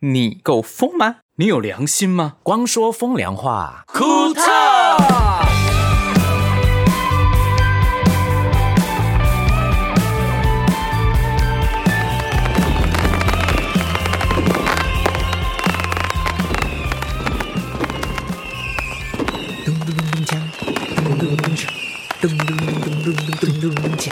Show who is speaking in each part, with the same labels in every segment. Speaker 1: 你够疯吗？你有良心吗？
Speaker 2: 光说风凉话，
Speaker 1: 库特。
Speaker 3: 咚咚咚咚锵，咚咚咚咚锵，咚咚咚咚咚咚咚锵，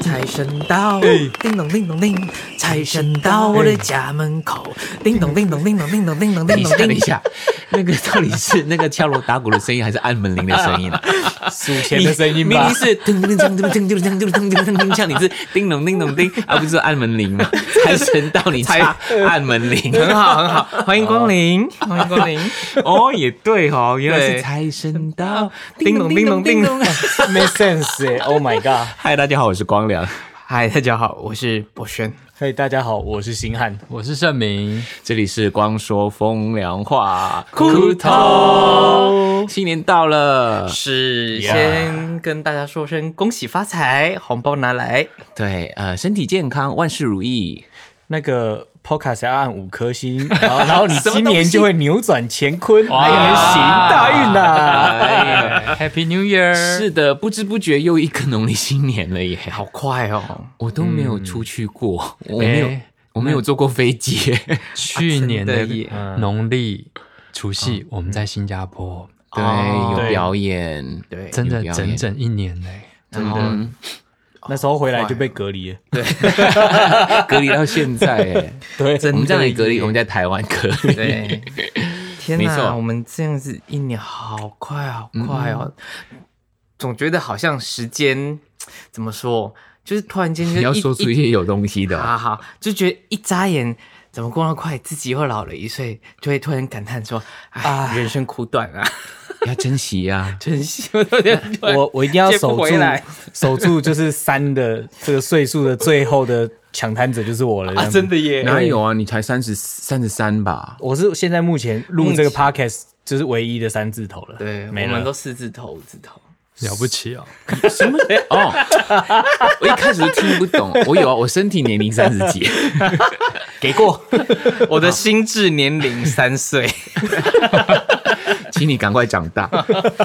Speaker 3: 财神到，
Speaker 1: 哎
Speaker 3: 叮咚叮咚叮，财神到我的家门口，叮咚叮咚叮咚叮咚叮咚
Speaker 2: 等
Speaker 3: 叮
Speaker 2: 一
Speaker 3: 咚
Speaker 2: 下，等一
Speaker 3: 叮。
Speaker 2: 下，那个到底是那个敲锣打鼓的声音，还是按门铃的声音啊？
Speaker 1: 数钱的声音
Speaker 2: 明
Speaker 1: 吧
Speaker 2: 明。是叮咚叮咚叮咚叮咚叮咚叮咚，像你是叮咚叮咚叮，而不是按门铃吗？财神到你家按门铃，
Speaker 1: 很好，很好，欢迎光临，欢迎光临。
Speaker 2: 哦，也对哦，原来
Speaker 1: 对
Speaker 2: 是财神到
Speaker 1: 啊，，叮咚叮咚叮咚，make sense 哎，Oh my god！
Speaker 2: 嗨，大家好，我是光良。
Speaker 1: 嗨，大家好，我是博轩。
Speaker 4: 嘿大家好，我是星汉。
Speaker 5: 我是盛明，
Speaker 2: 这里是光说风凉话，
Speaker 1: 库
Speaker 2: 头，新年到了，
Speaker 1: 是
Speaker 4: Yeah
Speaker 1: 先跟大家说声恭喜发财，红包拿来。
Speaker 2: 对，呃，身体健康，万事如意。
Speaker 4: 那个 Podcast 要按五颗星，然后然后你
Speaker 2: 什么
Speaker 4: 今
Speaker 2: 东
Speaker 4: 年
Speaker 2: 西
Speaker 4: 就会扭转乾坤，哎呀，行大运啊呐、
Speaker 2: 哎，
Speaker 5: ，Happy New Year！
Speaker 2: 是的，不知不觉又一个农历新年了耶！
Speaker 1: 好快哦！
Speaker 2: 我都没有出去过，我没有
Speaker 5: 哎，
Speaker 2: 我没有坐过飞机耶。
Speaker 5: 去年
Speaker 1: 啊
Speaker 5: 的嗯
Speaker 1: 真的耶
Speaker 5: 农历除夕，我们在新加坡，
Speaker 2: 哦对，有
Speaker 4: 对
Speaker 2: 表演，
Speaker 1: 对
Speaker 5: 真的
Speaker 2: 有表演嗯
Speaker 5: 整整一年嘞。
Speaker 2: 真的
Speaker 4: 那时候回来就被隔离了。
Speaker 2: 隔离到现在 耶。
Speaker 4: 对，
Speaker 2: 我
Speaker 1: 真
Speaker 2: 们在哪
Speaker 1: 的
Speaker 2: 里隔离？
Speaker 1: 耶
Speaker 2: 我们在台湾隔离。
Speaker 1: 对，天
Speaker 2: 没错
Speaker 1: 哪，我们这样子一年好快好快哦，总觉得好像时间怎么说，就是突然间就
Speaker 2: 你要
Speaker 1: 一
Speaker 2: 说出一
Speaker 1: 一
Speaker 2: 些有东西 的哦。
Speaker 1: 哈哈，就觉得一眨眼。怎么过那么快？自己又老了一岁，就会突然感叹说：“哎，人生苦短 啊，
Speaker 2: 要珍惜啊呀、
Speaker 1: 珍惜！”我都觉得突然
Speaker 4: 我我一定要
Speaker 1: 接不
Speaker 4: 守住
Speaker 1: 回来
Speaker 4: 守住就是三的这个岁数的最后的抢滩者就是我了。这
Speaker 1: 啊，
Speaker 4: 样子
Speaker 1: 真的耶！
Speaker 2: 哪有啊？你才三十三十三吧？
Speaker 4: 我是现在目前录这
Speaker 1: 目前
Speaker 4: 个 Podcast 就是唯一的三字头了。
Speaker 1: 对，我
Speaker 4: 没
Speaker 1: 们
Speaker 4: 了
Speaker 1: 都。四字头、五字头。
Speaker 5: 了不起哦！
Speaker 2: 什么？哦， 我一开始都听不懂。我有啊，我身体年龄三十几，
Speaker 1: 给过， 我的心智年龄三岁。
Speaker 2: 请你赶快 长大。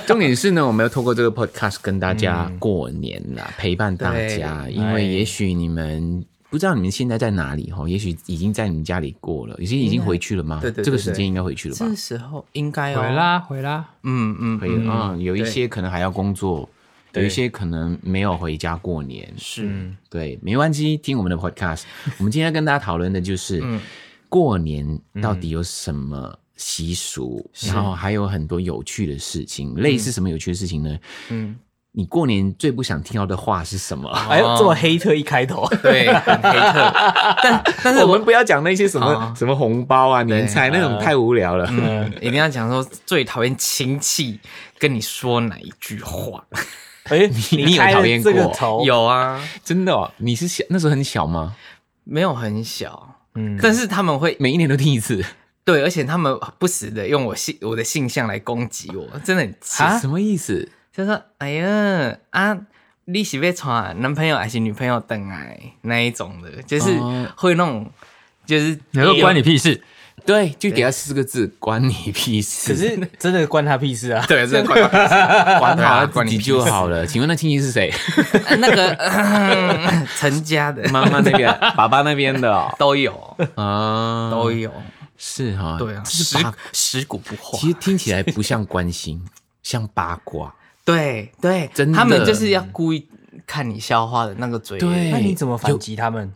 Speaker 2: 重点是呢，我们要透过这个 podcast 跟大
Speaker 1: 嗯
Speaker 2: 家过年啦，陪伴大家，因为
Speaker 1: 哎
Speaker 2: 也许你们。不知道你们现在在哪里哈？也许已经在你们家里过了，有些已经回去了吗？
Speaker 1: 对对对
Speaker 2: 这个时间应该回去了吧
Speaker 1: 这？个时候应
Speaker 2: 哎
Speaker 1: 该哦，
Speaker 5: 回啦回啦，
Speaker 1: 嗯嗯，
Speaker 2: 可以了啊、有一些可能还要工作，有一些可能没有回家过年，
Speaker 1: 是
Speaker 2: 对，没关系，听我们的 podcast。我们今天要跟大家讨论的就是、过年到底有什么习俗，然后还有很多有趣的事情。类似什么有趣的事情呢？嗯，你过年最不想听到的话是什么？
Speaker 4: 哎呦，这么黑特一开头，
Speaker 1: 对，很黑 特。但但是
Speaker 2: 我
Speaker 1: 我
Speaker 2: 们不要讲那些什么、
Speaker 1: 啊
Speaker 2: 什么红包啊、年菜那种太无聊了。
Speaker 1: 嗯，一定要讲说最讨厌亲戚跟你说哪一句话。
Speaker 4: 哎，
Speaker 2: 你有
Speaker 4: 开了
Speaker 2: 讨厌
Speaker 4: 这个
Speaker 2: 过
Speaker 4: 头？
Speaker 1: 有啊，
Speaker 2: 真的、哦，你是小那时候很小吗？
Speaker 1: 没有很小，
Speaker 4: 嗯，
Speaker 1: 但是他们会
Speaker 2: 每一年都听一次，
Speaker 1: 对，而且他们不时的用我性我的性向来攻击我，真的很气。
Speaker 2: 什么意思？
Speaker 1: 就说哎呀啊，你是被传男朋友还是女朋友等来那一种的，就是
Speaker 2: 哦
Speaker 1: 会那种，就是
Speaker 5: 你
Speaker 2: 哎
Speaker 5: 说关你屁事？
Speaker 2: 对，就给他四个字，关你屁事。
Speaker 4: 可是真的关他屁事 啊！
Speaker 1: 对，真的关我屁事
Speaker 2: 管
Speaker 1: 对啊
Speaker 2: 好他
Speaker 1: 关
Speaker 2: 自
Speaker 1: 你
Speaker 2: 己
Speaker 1: 屁
Speaker 2: 就
Speaker 1: 事
Speaker 2: 好了。请问那亲戚是谁？
Speaker 1: 呃那个 呃陈家的
Speaker 2: 妈妈那 边、爸爸那边的哦
Speaker 1: 都有，
Speaker 2: 啊，
Speaker 1: 都有，
Speaker 2: 是哈，
Speaker 1: 对啊，
Speaker 2: 这
Speaker 1: 食
Speaker 2: 是八，
Speaker 1: 食古不化
Speaker 2: 其，实听起来不像关心， 像八卦。
Speaker 1: 对对，
Speaker 2: 真的
Speaker 1: 他们就是要故意看你消化的那个嘴脸，
Speaker 2: 对
Speaker 4: 那你怎么
Speaker 2: 有
Speaker 4: 反击他们？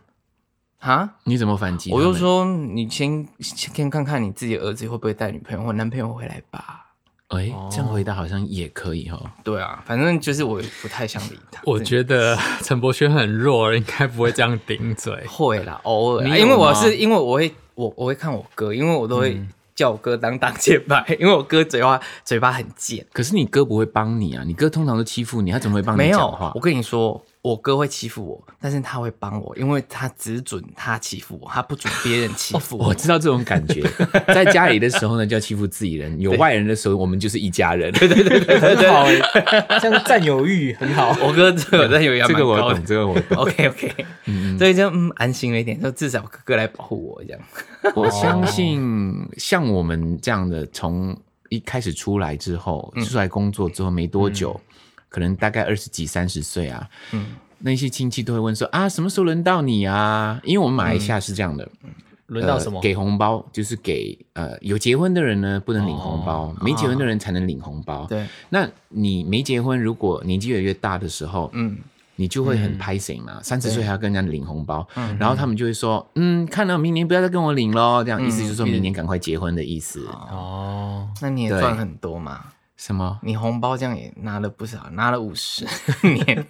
Speaker 1: 啊。
Speaker 2: 你怎么反击？
Speaker 1: 我就，说，你先先看看你自己儿子会不会带女朋友或男朋友回来吧。
Speaker 2: 哎，
Speaker 1: 哦
Speaker 2: 这样回答好像也可以哦。
Speaker 1: 对啊，反正就是我也不太想理他。。
Speaker 5: 我觉得陈柏轩很弱，应该不会这样顶嘴
Speaker 1: 会啦，偶尔
Speaker 2: 你
Speaker 1: 啦，
Speaker 2: 有
Speaker 1: 因为我
Speaker 2: 吗嗯
Speaker 1: 是因为我会我我会看我哥，因为我都会叫我哥当挡箭牌，因为我哥嘴巴嘴巴很贱。
Speaker 2: 可是你哥不会帮你啊，你哥通常都欺负你，他怎么会帮
Speaker 1: 没
Speaker 2: 你
Speaker 1: 有
Speaker 2: 讲话，
Speaker 1: 我？跟你说，我哥会欺负我，但是他会帮我，因为他只准他欺负我，他不准别人欺负我。
Speaker 2: 我知道这种感 觉，在家里的时候呢，就要欺负自己人；有外人的时候，我们就是一家人。对对对，
Speaker 4: 很好欸， 这样占有欲很好。
Speaker 1: 我哥这个在有压
Speaker 2: 这
Speaker 1: 蛮
Speaker 2: 个我
Speaker 1: 高的
Speaker 2: 懂，。这个我懂。
Speaker 1: OK OK，所以就嗯安心了一点，就至少哥哥来保护我这 样。
Speaker 2: 我
Speaker 4: 哦
Speaker 2: 相信，像我们这样的，从一开始出来之后，
Speaker 4: 嗯
Speaker 2: 出来工作之后没多久，可能大概二十几、三十岁啊，
Speaker 4: 嗯
Speaker 2: 那些亲戚都会问说啊，什么时候轮到你啊？因为我们马来西亚是这样的，
Speaker 4: 嗯轮到什么
Speaker 2: 呃？给红包就是给呃有结婚的人呢不能领
Speaker 4: 哦
Speaker 2: 红包，没结
Speaker 4: 啊
Speaker 2: 婚的人才能领红包。
Speaker 1: 对，
Speaker 2: 那你没结婚，如果年纪越来越大的时候，嗯
Speaker 1: 嗯。
Speaker 2: 你就会很拍谁嘛，三十岁还要跟人家领红包，然后他们就会说，嗯，看到明年不要再跟我领咯，这样意思就是说明年赶快结婚的意思。
Speaker 5: 哦，
Speaker 1: 那你也
Speaker 2: 对
Speaker 1: 赚很多嘛？？
Speaker 2: 什么
Speaker 1: 你红包这样也拿了不少，拿了五十 年。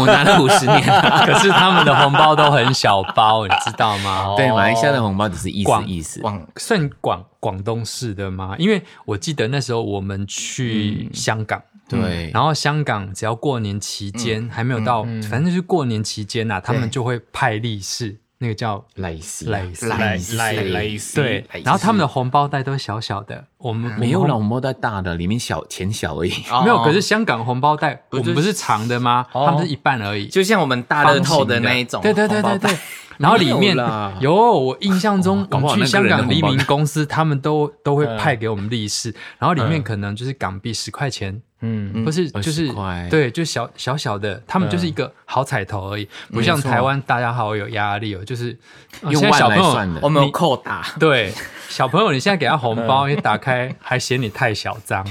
Speaker 2: 我拿了五十年了，
Speaker 5: 可是他们的红包都很小包，你知道吗？
Speaker 2: 对，马来西亚的红包只是意思意思。
Speaker 1: 广
Speaker 5: 算广广东市的吗？因为我记得那时候我们去香港，
Speaker 2: 嗯对，嗯
Speaker 5: 然后香港只要过年期间、还没有到，反正就是过年期间呐、啊，他们就会派利是，那个叫
Speaker 2: 来西亚
Speaker 5: 来
Speaker 1: 来
Speaker 4: 来 来来，
Speaker 5: 对，然后他们的红包袋都小小的，我们
Speaker 2: 没有
Speaker 5: 了。
Speaker 2: 了，我摸到大的，里面小钱小而已。
Speaker 5: 没有，
Speaker 1: 哦
Speaker 5: 可是香港红包
Speaker 2: 哦
Speaker 5: 袋我们不是长的吗？他们是一半而已，
Speaker 1: 就像我们大乐透的那一种，
Speaker 5: 对对对对对。。然后里面
Speaker 2: 没有啦
Speaker 5: 有我印象中，我
Speaker 2: 搞不
Speaker 5: 们
Speaker 2: 好
Speaker 5: 去香
Speaker 2: 那个人的红
Speaker 5: 港
Speaker 2: 包
Speaker 5: 黎明公司，他们都都会派给我们利是，然后里面可能就是港币十块钱，
Speaker 4: 嗯，
Speaker 5: 不是就是
Speaker 2: 20块
Speaker 5: 对，就小小小的，他们就是一个好彩头而已，不像台湾大家好有压力哦，就是 哦
Speaker 2: 用
Speaker 5: 现在
Speaker 2: 万
Speaker 5: 小
Speaker 2: 来
Speaker 5: 朋友
Speaker 2: 算的
Speaker 1: 我们有扣打，
Speaker 5: 对小朋友，你现在给他红包，你打开还嫌你太小张，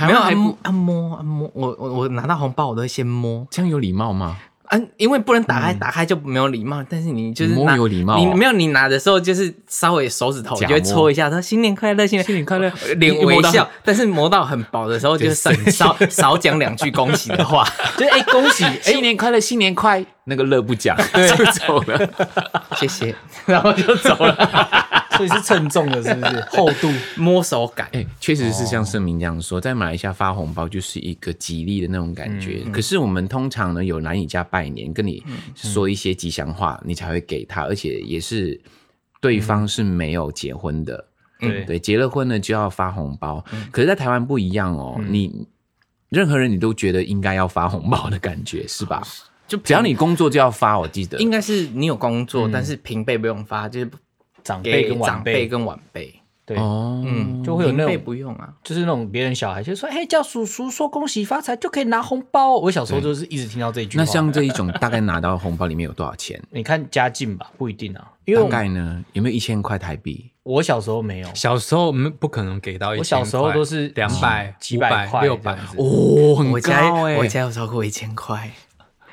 Speaker 1: 没有按摩按摩按摩，我我我拿到红包我都会先摸，
Speaker 2: 这样有礼貌吗？
Speaker 1: 嗯、因为不能打开，打开就没有礼貌。但是你就是
Speaker 2: 摸
Speaker 1: 拿
Speaker 2: 有礼貌哦
Speaker 1: 你没有你拿的时候就是稍微手指头
Speaker 2: 假
Speaker 1: 就会
Speaker 2: 摸
Speaker 1: 搓一下，说新年快乐，新年新年快乐，脸
Speaker 2: 一摸
Speaker 1: 微
Speaker 2: 到
Speaker 1: 笑。 但是磨到很薄的时候，就是少少少讲两句恭喜的话。
Speaker 2: 就是哎，恭喜，新年快乐，新年快，那个乐不 讲就走了。
Speaker 1: 谢谢，然后就走了。
Speaker 4: 所以是称重的，是不是？厚度
Speaker 1: 摸手感，
Speaker 2: 哎，确实是像盛明这样说，在马来西亚发红包就是一个吉利的那种感觉。可是我们通常呢，有来你家拜年，跟你说一些吉祥话，你才会给他，而且也是对方是没有结婚的。
Speaker 4: 对
Speaker 2: 对，结了婚呢就要发红包。可是，在台湾不一样哦，你任何人你都觉得应该要发红包的感觉是吧？
Speaker 1: 就
Speaker 2: 只要你工作就要发，我记得
Speaker 1: 应该是你有工作，但是平辈不用发，就是
Speaker 4: 长辈
Speaker 1: 给
Speaker 4: 跟晚
Speaker 1: 长辈
Speaker 4: 辈，
Speaker 1: 跟晚辈，
Speaker 4: 对，
Speaker 2: 哦，
Speaker 1: 嗯，
Speaker 4: 就会有那
Speaker 1: 平辈
Speaker 4: 种
Speaker 1: 不用啊。
Speaker 4: 就是那种别人小孩就说：“嘿，叫叔叔说恭喜发财就可以拿红包。”我小时候就是一直听到这一句话。
Speaker 2: 那像这一种，大概拿到红包里面有多少钱？
Speaker 4: 你看家境吧，不一定啊，因为
Speaker 2: 大
Speaker 4: 我
Speaker 2: 概呢，有没有一千块台币？
Speaker 4: 我小时候没有，
Speaker 5: 小时候没不可能给到一
Speaker 4: 我小时候都是
Speaker 5: 两百、
Speaker 4: 几
Speaker 5: 五
Speaker 4: 百
Speaker 5: 百、
Speaker 4: 块
Speaker 5: 六
Speaker 4: 这
Speaker 5: 百
Speaker 4: 样子。
Speaker 2: 哦，很
Speaker 1: 我家
Speaker 2: 高哎、
Speaker 1: 我家有超过一千块，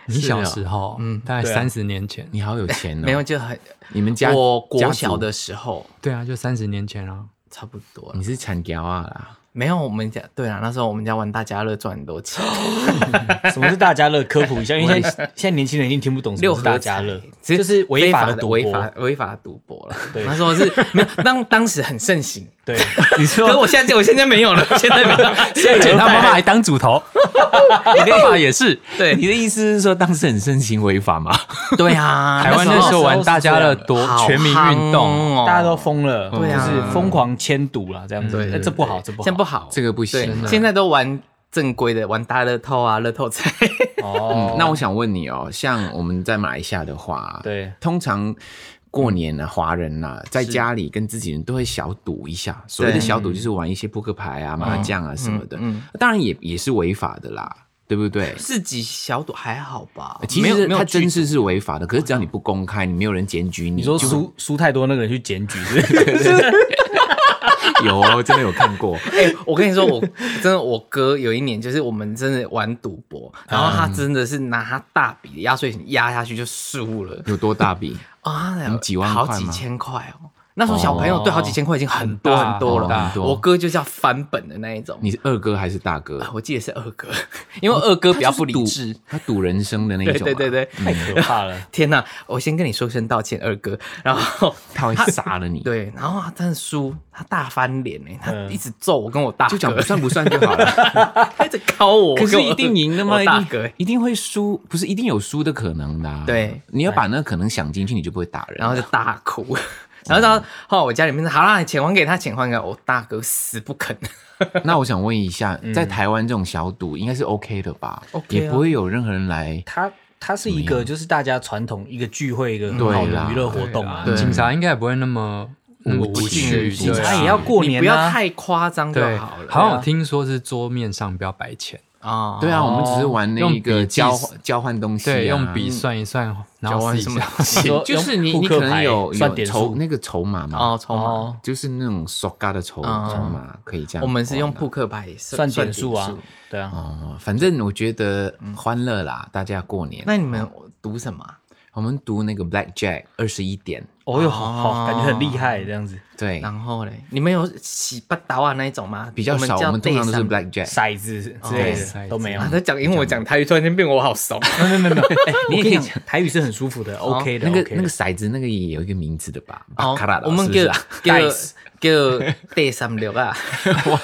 Speaker 5: 你小时候，嗯，大概
Speaker 4: 对啊
Speaker 5: 三十年前，
Speaker 2: 你好有钱哦！
Speaker 1: 没有，就很
Speaker 2: 你们家
Speaker 1: 我国
Speaker 2: 家
Speaker 1: 小
Speaker 2: 族
Speaker 1: 的时候
Speaker 5: 对啊，就三十年前啊。
Speaker 1: 差不多了
Speaker 2: 你是产条啊
Speaker 1: 没有我们家对啊，那时候我们家玩大家乐赚很多钱，
Speaker 4: 什么是大家乐？科普一下，因为现在现在年轻人一定听不懂什
Speaker 1: 六
Speaker 4: 么是
Speaker 1: 合
Speaker 4: 大家乐
Speaker 1: 乐，
Speaker 4: 就是违
Speaker 1: 违
Speaker 4: 法
Speaker 1: 法
Speaker 4: 的
Speaker 1: 的
Speaker 4: 赌博
Speaker 1: 违。法违法的赌博了。
Speaker 4: 对
Speaker 1: 那时候是没有当当时很盛行，
Speaker 4: 对，
Speaker 1: 可
Speaker 5: 你
Speaker 1: 是
Speaker 5: 说，
Speaker 1: 我现在我现在没有了，现在没有，
Speaker 5: 而
Speaker 1: 现在
Speaker 5: 且
Speaker 1: 有
Speaker 5: 他妈妈还当主头，你爸爸也是。
Speaker 2: 啦！
Speaker 1: 对
Speaker 2: 你的意思是说当时很盛行违法吗？
Speaker 1: 对啊，
Speaker 5: 台湾
Speaker 4: 那时
Speaker 5: 那
Speaker 4: 候
Speaker 5: 时候玩大家乐多
Speaker 1: 好
Speaker 5: 全民运动，
Speaker 1: 夯哦
Speaker 4: 大家都疯了，就
Speaker 1: 对啊
Speaker 4: 是疯狂牵赌了，这样子
Speaker 1: 对。
Speaker 4: 哎这不好，这不好。
Speaker 1: 现在不好，
Speaker 2: 这个不
Speaker 1: 对
Speaker 2: 行，啊。
Speaker 1: 现在都玩正规的，玩大乐透啊，乐透彩。
Speaker 4: 哦
Speaker 2: 嗯，那我想问你哦，像我们在马来西亚的话，
Speaker 4: 对，
Speaker 2: 通常过年呢、华人呐、在家里跟自己人都会小赌一下。所谓的小赌嗯就是玩一些扑克牌啊、麻将啊什么的，
Speaker 1: 嗯
Speaker 2: 当然也也是违法的啦，对不对？
Speaker 1: 自己小赌还好吧？
Speaker 2: 欸其
Speaker 1: 没有
Speaker 2: 实
Speaker 1: 没有
Speaker 2: 它
Speaker 1: 剧
Speaker 2: 真是是违法的，可是只要你不公开，你没有人检举你，
Speaker 4: 你说
Speaker 2: 就
Speaker 4: 输输太多那个人去检举，是不 是
Speaker 2: 有哦，真的有看过，
Speaker 1: 哎、 我跟你说，我真的，我哥有一年就是我们真的玩赌博，
Speaker 2: 啊
Speaker 1: 然后他真的是拿他大笔的压岁钱压下去就输了
Speaker 2: 有多大笔？
Speaker 1: 啊、
Speaker 2: 你几万块
Speaker 1: 好
Speaker 2: 吗
Speaker 1: 几千块哦，那时候小朋友对好几千块已经很多很多
Speaker 2: 很大
Speaker 1: 了
Speaker 2: 很，多
Speaker 1: 我哥就叫翻本的那一种。
Speaker 2: 你是二哥还是大哥
Speaker 1: 啊？我记得是二哥， 因为二哥比较不理智。
Speaker 2: 他赌人生的那一
Speaker 1: 对
Speaker 2: 种、啊。
Speaker 1: 对对对，
Speaker 4: 太可怕 了。
Speaker 1: 天哪！我先跟你说声道歉，二哥。然后
Speaker 2: 他会杀了你。，
Speaker 1: 对，然后他真的输，他大翻脸哎，他一直揍我跟我大哥，
Speaker 2: 嗯就讲不算不算就好 了。
Speaker 1: 他一直敲我，
Speaker 2: 可
Speaker 1: 跟
Speaker 2: 是
Speaker 1: 我
Speaker 2: 一定赢的嘛，
Speaker 1: 我
Speaker 2: 一
Speaker 1: 大哥欸
Speaker 2: 定。一定会输，不是一定有输的可能的、啊。
Speaker 1: 对，
Speaker 2: 你要把那个可能想进去，你就不会打人。
Speaker 1: 然后就大哭。然后到后来我家里面说好啦，钱还给他，钱还给我，我大哥死不肯。
Speaker 2: 那我想问一下，在台湾这种小赌应该是嗯 OK 的吧
Speaker 1: OK 啊
Speaker 2: 也不会有任何人来。
Speaker 4: 它它是一个就是大家传统一个聚会一个很
Speaker 2: 对
Speaker 4: 好的
Speaker 2: 啦
Speaker 4: 娱乐活动啊
Speaker 1: 对，
Speaker 5: 警察应该也不会那么那么
Speaker 2: 无
Speaker 5: 无
Speaker 1: 趣
Speaker 5: 趣，
Speaker 1: 警
Speaker 5: 对啊
Speaker 4: 它也要过
Speaker 1: 你
Speaker 4: 年
Speaker 1: 不要
Speaker 4: 啊。
Speaker 1: 太夸张就
Speaker 5: 对，
Speaker 1: 好了。
Speaker 5: 好像我听说是桌面上不要摆钱，
Speaker 1: 啊，
Speaker 2: 对啊，我们只是玩那
Speaker 5: 用
Speaker 2: 个
Speaker 5: 笔
Speaker 2: 交
Speaker 5: 记
Speaker 2: 交换东西啊、
Speaker 5: 对，用笔算一算，然
Speaker 1: 交
Speaker 5: 后
Speaker 1: 换
Speaker 5: 试一
Speaker 1: 什么
Speaker 5: 下。
Speaker 4: 嗯
Speaker 1: 东西？
Speaker 4: 说
Speaker 2: 就是你
Speaker 4: 用
Speaker 2: 你
Speaker 4: 扑克
Speaker 2: 可能
Speaker 4: 牌
Speaker 2: 有
Speaker 4: 算
Speaker 2: 有
Speaker 4: 点
Speaker 2: 筹
Speaker 4: 数
Speaker 2: 那个筹码嘛，
Speaker 1: 哦，筹码。
Speaker 4: 哦，
Speaker 2: 就是那种 soga 的筹筹
Speaker 1: 嗯
Speaker 2: 码，可以这样玩啊。
Speaker 1: 我们是用扑克牌
Speaker 4: 算
Speaker 1: 算
Speaker 4: 点数啊，对啊，
Speaker 2: 哦，反正我觉得欢乐啦，大家过年。哦
Speaker 1: 那你们读什么啊？
Speaker 2: 我们读那个 Black Jack 二十一点，
Speaker 4: 哦哟，好好，感觉很厉
Speaker 2: 啊
Speaker 4: 害这样子。
Speaker 2: 对，
Speaker 1: 然后嘞，你们有洗八刀啊那一种吗？
Speaker 2: 比较少，
Speaker 1: 叫
Speaker 2: 我们通常都是
Speaker 1: day
Speaker 2: black jack。
Speaker 4: 骰子之类的
Speaker 5: 哦
Speaker 4: 都没有
Speaker 1: 啊，，他讲英文，我讲台语，突然间变我好怂。
Speaker 4: 没有没有没有，哎你也可以讲台语是很舒服的，OK 的
Speaker 2: 哦那个
Speaker 4: OK
Speaker 2: 那个
Speaker 4: 的。
Speaker 2: 骰子那个也有一个名字的吧？
Speaker 1: 哦
Speaker 2: 卡拉，
Speaker 1: 我们
Speaker 2: 叫
Speaker 1: 叫 叫叫 day 三六啊，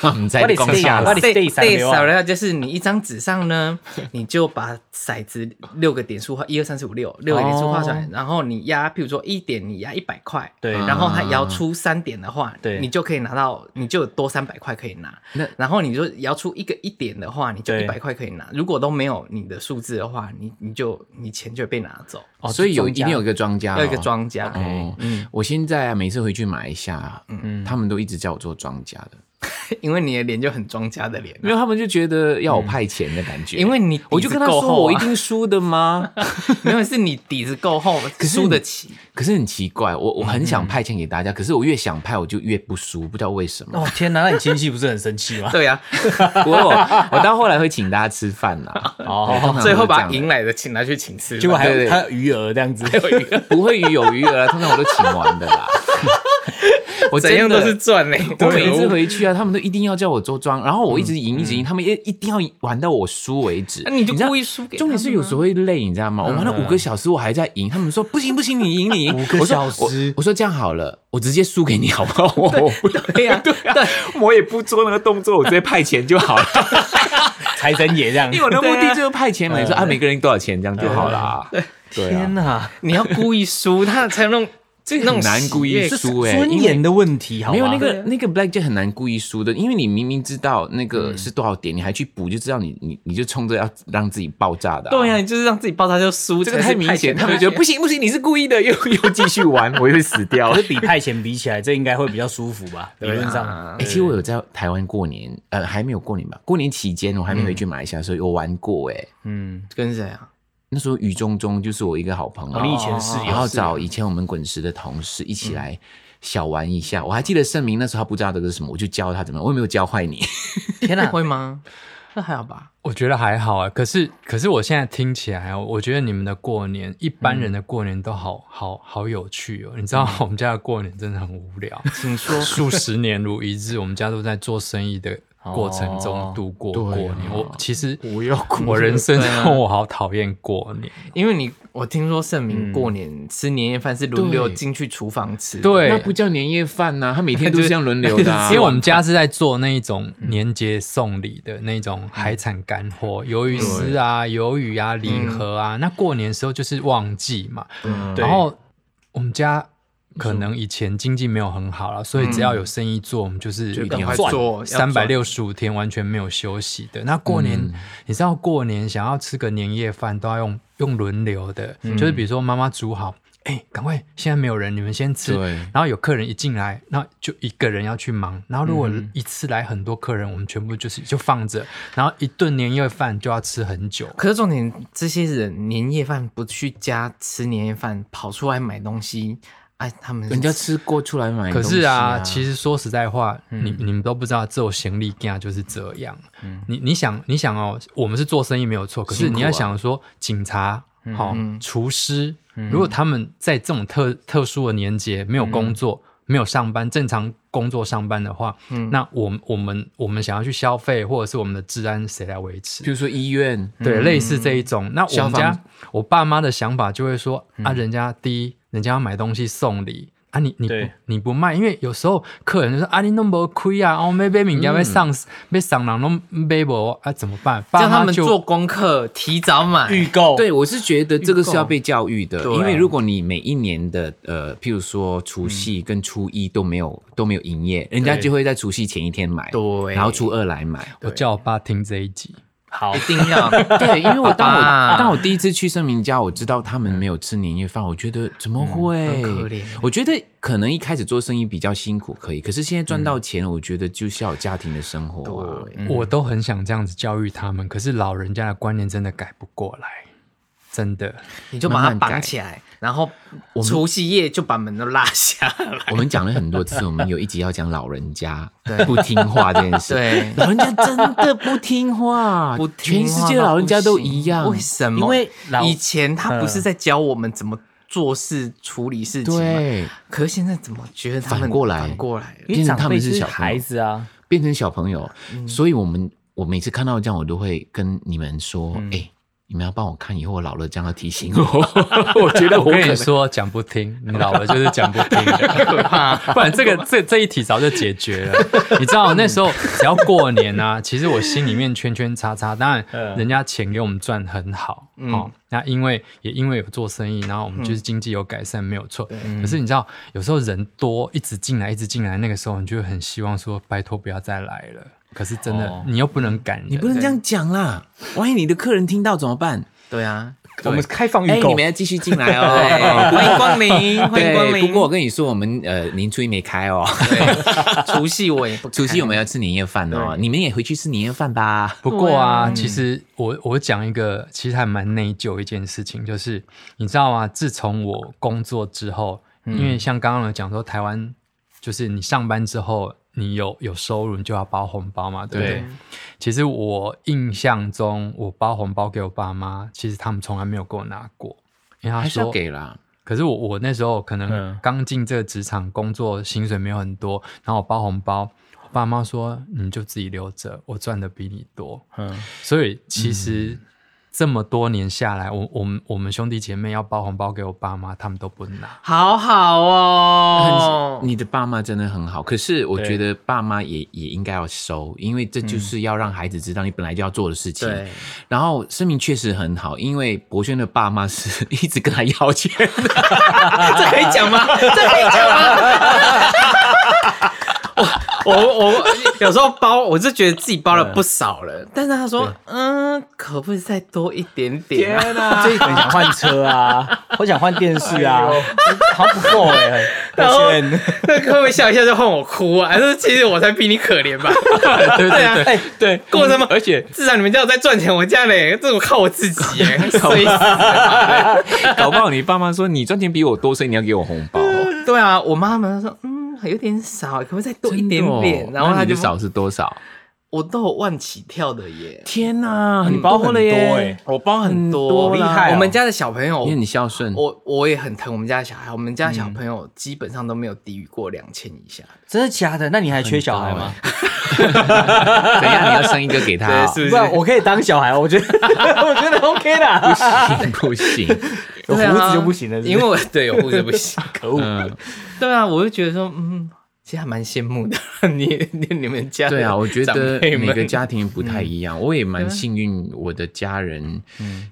Speaker 2: 我们在
Speaker 4: What is
Speaker 2: 讲下
Speaker 4: day？到
Speaker 2: 了
Speaker 4: 底，是 day 三六啊
Speaker 1: 三六就是你一张纸上呢，你就把骰子六个点数画，一二三四五六，六个点数画出
Speaker 2: 哦
Speaker 1: 来，然后你压，譬如说一点，你压一百块，
Speaker 4: 对
Speaker 1: 然后它摇
Speaker 2: 啊
Speaker 1: 出三点的话，
Speaker 4: 对
Speaker 1: 你就可以拿到，你就有多三百块可以拿。
Speaker 2: 那
Speaker 1: 然后你就摇出一个一点的话，你就一
Speaker 4: 对
Speaker 1: 百块可以拿。如果都没有你的数字的话，你你就你钱就被拿走。
Speaker 2: 哦 所以有
Speaker 4: 是
Speaker 2: 一
Speaker 4: 庄家
Speaker 2: 定有一个庄家，
Speaker 1: 要一个。庄哎家，
Speaker 2: 哦，我现在啊每次回去马来西亚，嗯，他们都一直叫我做庄家的，
Speaker 1: 因为你的脸就很庄家的脸啊、
Speaker 2: 因为他们就觉得要我派钱的感觉。
Speaker 1: 因 为你底子
Speaker 2: 嗯 我就跟他
Speaker 1: 够
Speaker 2: 说，
Speaker 1: 厚啊
Speaker 2: 我一定输的吗？
Speaker 1: 没有是你底子够 厚，
Speaker 2: 是
Speaker 1: 输得起。
Speaker 2: 可是很奇怪，我我
Speaker 1: 嗯
Speaker 2: 很想派钱给大家，可是我越想派我就越不输，不知道为什么。
Speaker 4: 哦天哪，那你亲戚不是很生气 吗？
Speaker 1: 对呀、啊
Speaker 2: 不过我我到后来会请大家吃饭啦，
Speaker 4: 哦，
Speaker 1: 啊，最后把赢来的请拿去请吃饭，
Speaker 4: 结果还
Speaker 2: 对对哎
Speaker 4: 有还有余额这样子，
Speaker 2: 不会鱼有鱼了，通常我都请完 的啦。我
Speaker 1: 怎样
Speaker 2: 真的
Speaker 1: 都是赚嘞、欸。
Speaker 2: 我每一次回去啊，他们都一定要叫我做庄，然后我一直赢，一直赢，他们也一定要玩到我输为止。
Speaker 1: 嗯那你就
Speaker 2: 知道
Speaker 1: 故意输给他
Speaker 2: 重
Speaker 1: 们啊嗯
Speaker 2: 点是有时候会累，你知道吗？我玩了五个小时，我还在赢，他们说不行不行，你赢你 赢。五
Speaker 4: 个小时
Speaker 2: 我说我说这样好了，我直接输给你好不好？啊我
Speaker 1: 对呀、对、
Speaker 2: 我也不做那个动作，我直接派钱就 好了。
Speaker 4: 财神爷这样
Speaker 2: 因。为我的目的就是派钱嘛，你说啊，每个人多少钱这样就好啦。对啊
Speaker 4: 天，哪，
Speaker 1: 你要故意输，他才有那种这
Speaker 2: 很难故意
Speaker 1: 输。
Speaker 2: 输哎，
Speaker 4: 尊
Speaker 2: 因为
Speaker 4: 严的问题，好吗
Speaker 2: 没有
Speaker 1: 啊
Speaker 2: 那个那个 black 就很难故意输的，因为你明明知道那
Speaker 1: 嗯
Speaker 2: 个是多少点，你还去补，就知道你你你就冲着要让自己爆炸 的啊、
Speaker 1: 对呀、你就是让自己爆炸就输，
Speaker 2: 这个
Speaker 1: 才
Speaker 2: 太
Speaker 1: 是
Speaker 2: 明显，
Speaker 1: 派遣
Speaker 2: 他们觉得不行不行，你是故意的，又又继续玩，我又死掉
Speaker 4: 可
Speaker 2: 了
Speaker 4: 是。比派钱比起来，这应该会比较舒服吧？理论上
Speaker 2: 哎、，其实我有
Speaker 4: 嗯
Speaker 2: 在台湾过年，呃，还没有过年吧？过年期间我还没回去马来西亚的时候有玩过、哎、
Speaker 4: 嗯，
Speaker 1: 跟谁啊？
Speaker 2: 那时候于中中就是我一个好朋友，
Speaker 4: 哦你以前室
Speaker 2: 然
Speaker 4: 友
Speaker 2: 后找以前我们滚石的同事一
Speaker 4: 嗯
Speaker 2: 起来小玩一下。我还记得盛明那时候他不知道这个是什么，我就教他怎么样，我也没有教坏你。
Speaker 1: 天哪，会吗？那还好吧。
Speaker 5: 我觉得还好啊，可是可是我现在听起来哦，我觉得你们的过年，一般人的过年都好好好有趣哦。你知道我们家的过年真的很无聊，
Speaker 1: 请说
Speaker 5: 数十年如一日，我们家都在做生意的过程中
Speaker 2: 哦
Speaker 5: 度过过年。我其实我要我人生
Speaker 2: 啊
Speaker 5: 中我好讨厌过年，
Speaker 1: 因为你，我听说盛明过年吃年夜饭是轮流进去厨房吃，，
Speaker 5: 对，
Speaker 2: 那不 叫年夜饭呐、他每天都是这样轮流的、 啊。嗯
Speaker 5: 因为我们家是在做那一种年节送礼的那种海产干货，鱿鱼丝啊、鱿鱼啊、礼盒
Speaker 2: 嗯
Speaker 5: 啊。那过年时候就是旺季嘛，
Speaker 4: 对
Speaker 5: 然后我们家可能以前经济没有很好了，所以只要有生意做，我们就是
Speaker 2: 就一定
Speaker 1: 赶
Speaker 2: 要
Speaker 1: 快
Speaker 2: 赚
Speaker 1: 做
Speaker 5: 三百，六十五天完全没有休息的。那过年，你知道过年想要吃个年夜饭都要用用轮流的，就是比如说妈妈煮好，哎、赶快，现在没有人，你们先吃。
Speaker 2: 对
Speaker 5: 然后有客人一进来，那就一个人要去忙。然后如果一次来很多客人，我们全部就是就放着，然后一顿年夜饭就要吃很久。
Speaker 1: 可是重点，这些人年夜饭不去家吃年夜饭，跑出来买东西，哎，他们
Speaker 2: 人家吃过出来买、
Speaker 5: 可是
Speaker 2: 啊，嗯
Speaker 5: 啊，其实说实在话，你你们都不知道，这种行李架就是这样。你你想，你想哦，我们是做生意没有错，可是
Speaker 2: 辛苦啊嗯
Speaker 5: 你要想说，警察、
Speaker 2: 嗯
Speaker 5: 好、厨师，如果他们在这种特特殊的年节没有工作，没有上班，正常工作上班的话，那我们我们我们想要去消费，或者是我们的治安谁来维持
Speaker 2: 比？如说医院，
Speaker 5: 嗯对，类似
Speaker 1: 嗯
Speaker 5: 这一种。那我
Speaker 2: 消
Speaker 5: 们
Speaker 2: 防
Speaker 5: 家我爸妈的想法就会说
Speaker 1: 嗯
Speaker 5: 啊，人家第一，人家要买东西送礼。啊你，你不
Speaker 2: 对
Speaker 5: 你不卖，因为有时候客人就说啊，你那么亏啊，哦，没被名家
Speaker 1: 嗯
Speaker 5: 被上被上人都没无啊，怎么办？爸
Speaker 1: 叫
Speaker 5: 妈
Speaker 1: 他们
Speaker 5: 就
Speaker 1: 做功课，提早买。
Speaker 4: 购
Speaker 2: 对，我是觉得这个是要被教育的，
Speaker 1: 哦对
Speaker 2: 因为如果你每一年的呃，譬如说除
Speaker 1: 嗯
Speaker 2: 夕跟初一都没有都没有营业，人家就会在除夕前一天买，
Speaker 1: 对
Speaker 2: 然后初二来买。
Speaker 5: 我叫我爸听这一集，
Speaker 1: 一定 要啊
Speaker 2: 对，因为我当我
Speaker 1: 爸爸
Speaker 2: 当我第一次去盛明家，我知道他们没有吃年夜饭，我觉得怎么会？
Speaker 1: 嗯很可怜
Speaker 2: 我觉得可能一开始做生意比较辛苦，可以，可是现在
Speaker 1: 嗯
Speaker 2: 赚到钱，我觉得就是要有家庭的生活啊。
Speaker 5: 我都很想这样子教育他们，可是老人家的观念真的改不过来，真的。
Speaker 1: 你就把它
Speaker 2: 慢慢改
Speaker 1: 绑起来，然后除夕夜就把门都拉下来。
Speaker 2: 我们讲了很多次，我们有一集要讲老人家不听话这件事。
Speaker 1: 对
Speaker 2: 老人家真的不听 话，
Speaker 1: 不听
Speaker 2: 全
Speaker 1: 话
Speaker 2: 世界的老人家都一样。
Speaker 1: 为什么？
Speaker 4: 因为老
Speaker 1: 以前他不是在教我们怎么做事、处理事情吗？
Speaker 2: 对，
Speaker 1: 可是现在怎么觉得他们
Speaker 2: 反过来
Speaker 1: 嗯反过来了？
Speaker 2: 因为
Speaker 4: 长
Speaker 2: 他
Speaker 4: 辈
Speaker 2: 们
Speaker 4: 就是是
Speaker 2: 小朋
Speaker 4: 孩
Speaker 2: 友，
Speaker 4: 子啊，嗯
Speaker 2: 变成小朋友，所以我们我每次看到这样，我都会跟你们说，
Speaker 4: 嗯
Speaker 2: 哎。你们要帮我看，以后我老了这样要提醒 我。我觉得
Speaker 5: 我
Speaker 2: 我
Speaker 5: 跟
Speaker 2: 可
Speaker 5: 你
Speaker 2: 能
Speaker 5: 说，讲不听，你老了就是讲不 听，不然这个这这一题早就解决 了。你知道那时候只要过年啊，其实我心里面圈圈叉叉，当然
Speaker 2: 嗯
Speaker 5: 人家钱给我们赚很好，哦，那因为也因为有做生意，然后我们就是经济有改善，没有错。
Speaker 2: 嗯
Speaker 5: 可是你知道，有时候人多，一直进来，一直进来，那个时候你就会很希望说，拜托不要再来了。可是真
Speaker 2: 哦
Speaker 5: 的，你又不能赶人，啊
Speaker 2: 你不能这样讲啦，万一你的客人听到怎么办？
Speaker 1: 对啊，
Speaker 4: 我们开放
Speaker 2: 哎，
Speaker 4: 预
Speaker 2: 你
Speaker 4: 购
Speaker 2: 们，要继续进来
Speaker 1: 对
Speaker 2: 哦。
Speaker 1: 欢迎 光临，欢迎光
Speaker 2: 对，
Speaker 1: 临。
Speaker 2: 不过我跟你说，我们呃年初一没开哦，
Speaker 1: 对 除夕我也不
Speaker 2: 除夕我们要吃年夜饭哦，你们也回去吃年夜饭吧。
Speaker 5: 不过啊，其实我我讲一个，其实还蛮内疚一件事情，就是你知道吗？自从我工作之后，
Speaker 2: 嗯
Speaker 5: 因为像刚刚有讲说，台湾就是你上班之后，你有有收入，你就要包红包嘛，对不对？
Speaker 2: 对
Speaker 5: 其实我印象中，我包红包给我爸妈，其实他们从来没有给我拿过，因为他
Speaker 2: 还是要
Speaker 5: 说
Speaker 2: 给啦，
Speaker 5: 可是我我那时候可能
Speaker 4: 嗯
Speaker 5: 刚进这个职场，工作薪水没有很多，然后我包红包，我爸妈说你就自己留着，我赚的比你多。
Speaker 4: 嗯，
Speaker 5: 所以其
Speaker 1: 嗯
Speaker 5: 实这么多年下来，我我们我们兄弟姐妹要包红包给我爸妈，他们都不拿。
Speaker 1: 好好哦，
Speaker 2: 你的爸妈真的很好，可是我觉得爸妈也也应该要收，因为这就是要让孩子知道你本来就要做的事情。
Speaker 1: 对，
Speaker 2: 然后声明确实很好，因为博轩的爸妈是一直跟他 要钱的，
Speaker 1: 这可以讲吗？ 这可以讲吗？ 我我我有时候包，我就觉得自己包了不少了，但是他说，嗯，可不可以再多一点点啊？
Speaker 4: 所以很想换车啊，我想换电视啊，好像不够哎，抱歉。
Speaker 1: 那可不可以笑一下就换我哭啊？还是其实我才比你可怜吧？ 对啊，
Speaker 4: 哎，对，
Speaker 1: 够什么？
Speaker 4: 而且
Speaker 1: 至少你们家有在赚钱，我家嘞，这我靠我自己 耶，所以
Speaker 2: 搞不好你爸妈说你赚钱比我多，所以你要给我红包。
Speaker 1: 对啊，我妈们说，嗯，有点少，可不可以再 多一点点？然后
Speaker 2: 那
Speaker 1: 她
Speaker 2: 你
Speaker 1: 哦就
Speaker 2: 的少是多少？
Speaker 1: 我都有万起跳的耶，
Speaker 2: 天哪，
Speaker 3: 嗯
Speaker 2: 你
Speaker 4: 啊包很多
Speaker 2: 耶
Speaker 4: 哎，
Speaker 1: 我包很
Speaker 2: 多
Speaker 1: 多
Speaker 2: 啦
Speaker 1: 啦
Speaker 4: 厉害哦
Speaker 1: 我们家的小朋友
Speaker 2: 因为，你孝
Speaker 4: 嗯
Speaker 2: 顺。
Speaker 1: 我我也很疼我们家的小孩，我们家的小朋友基本上都没有低于过两千以下。
Speaker 4: 真的假的？那你还缺小孩吗？
Speaker 2: 等一下你要生一个给他哦、
Speaker 1: 对是
Speaker 4: 不然我可以当小孩，我觉得我觉得 OK
Speaker 2: 不
Speaker 4: 啦。
Speaker 2: 行 不行，
Speaker 4: 有
Speaker 1: 对啊
Speaker 4: 胡子就不行了是不是
Speaker 1: 因为我对有胡子不行。
Speaker 4: 可恶，
Speaker 2: 嗯，
Speaker 1: 对啊，我就觉得说，嗯，其实还蛮羡慕的。你 你你们家的
Speaker 2: 对啊，我觉
Speaker 1: 长
Speaker 2: 得
Speaker 1: 辈们嗯
Speaker 2: 每个家庭不太一样，我也蛮幸运，我的家人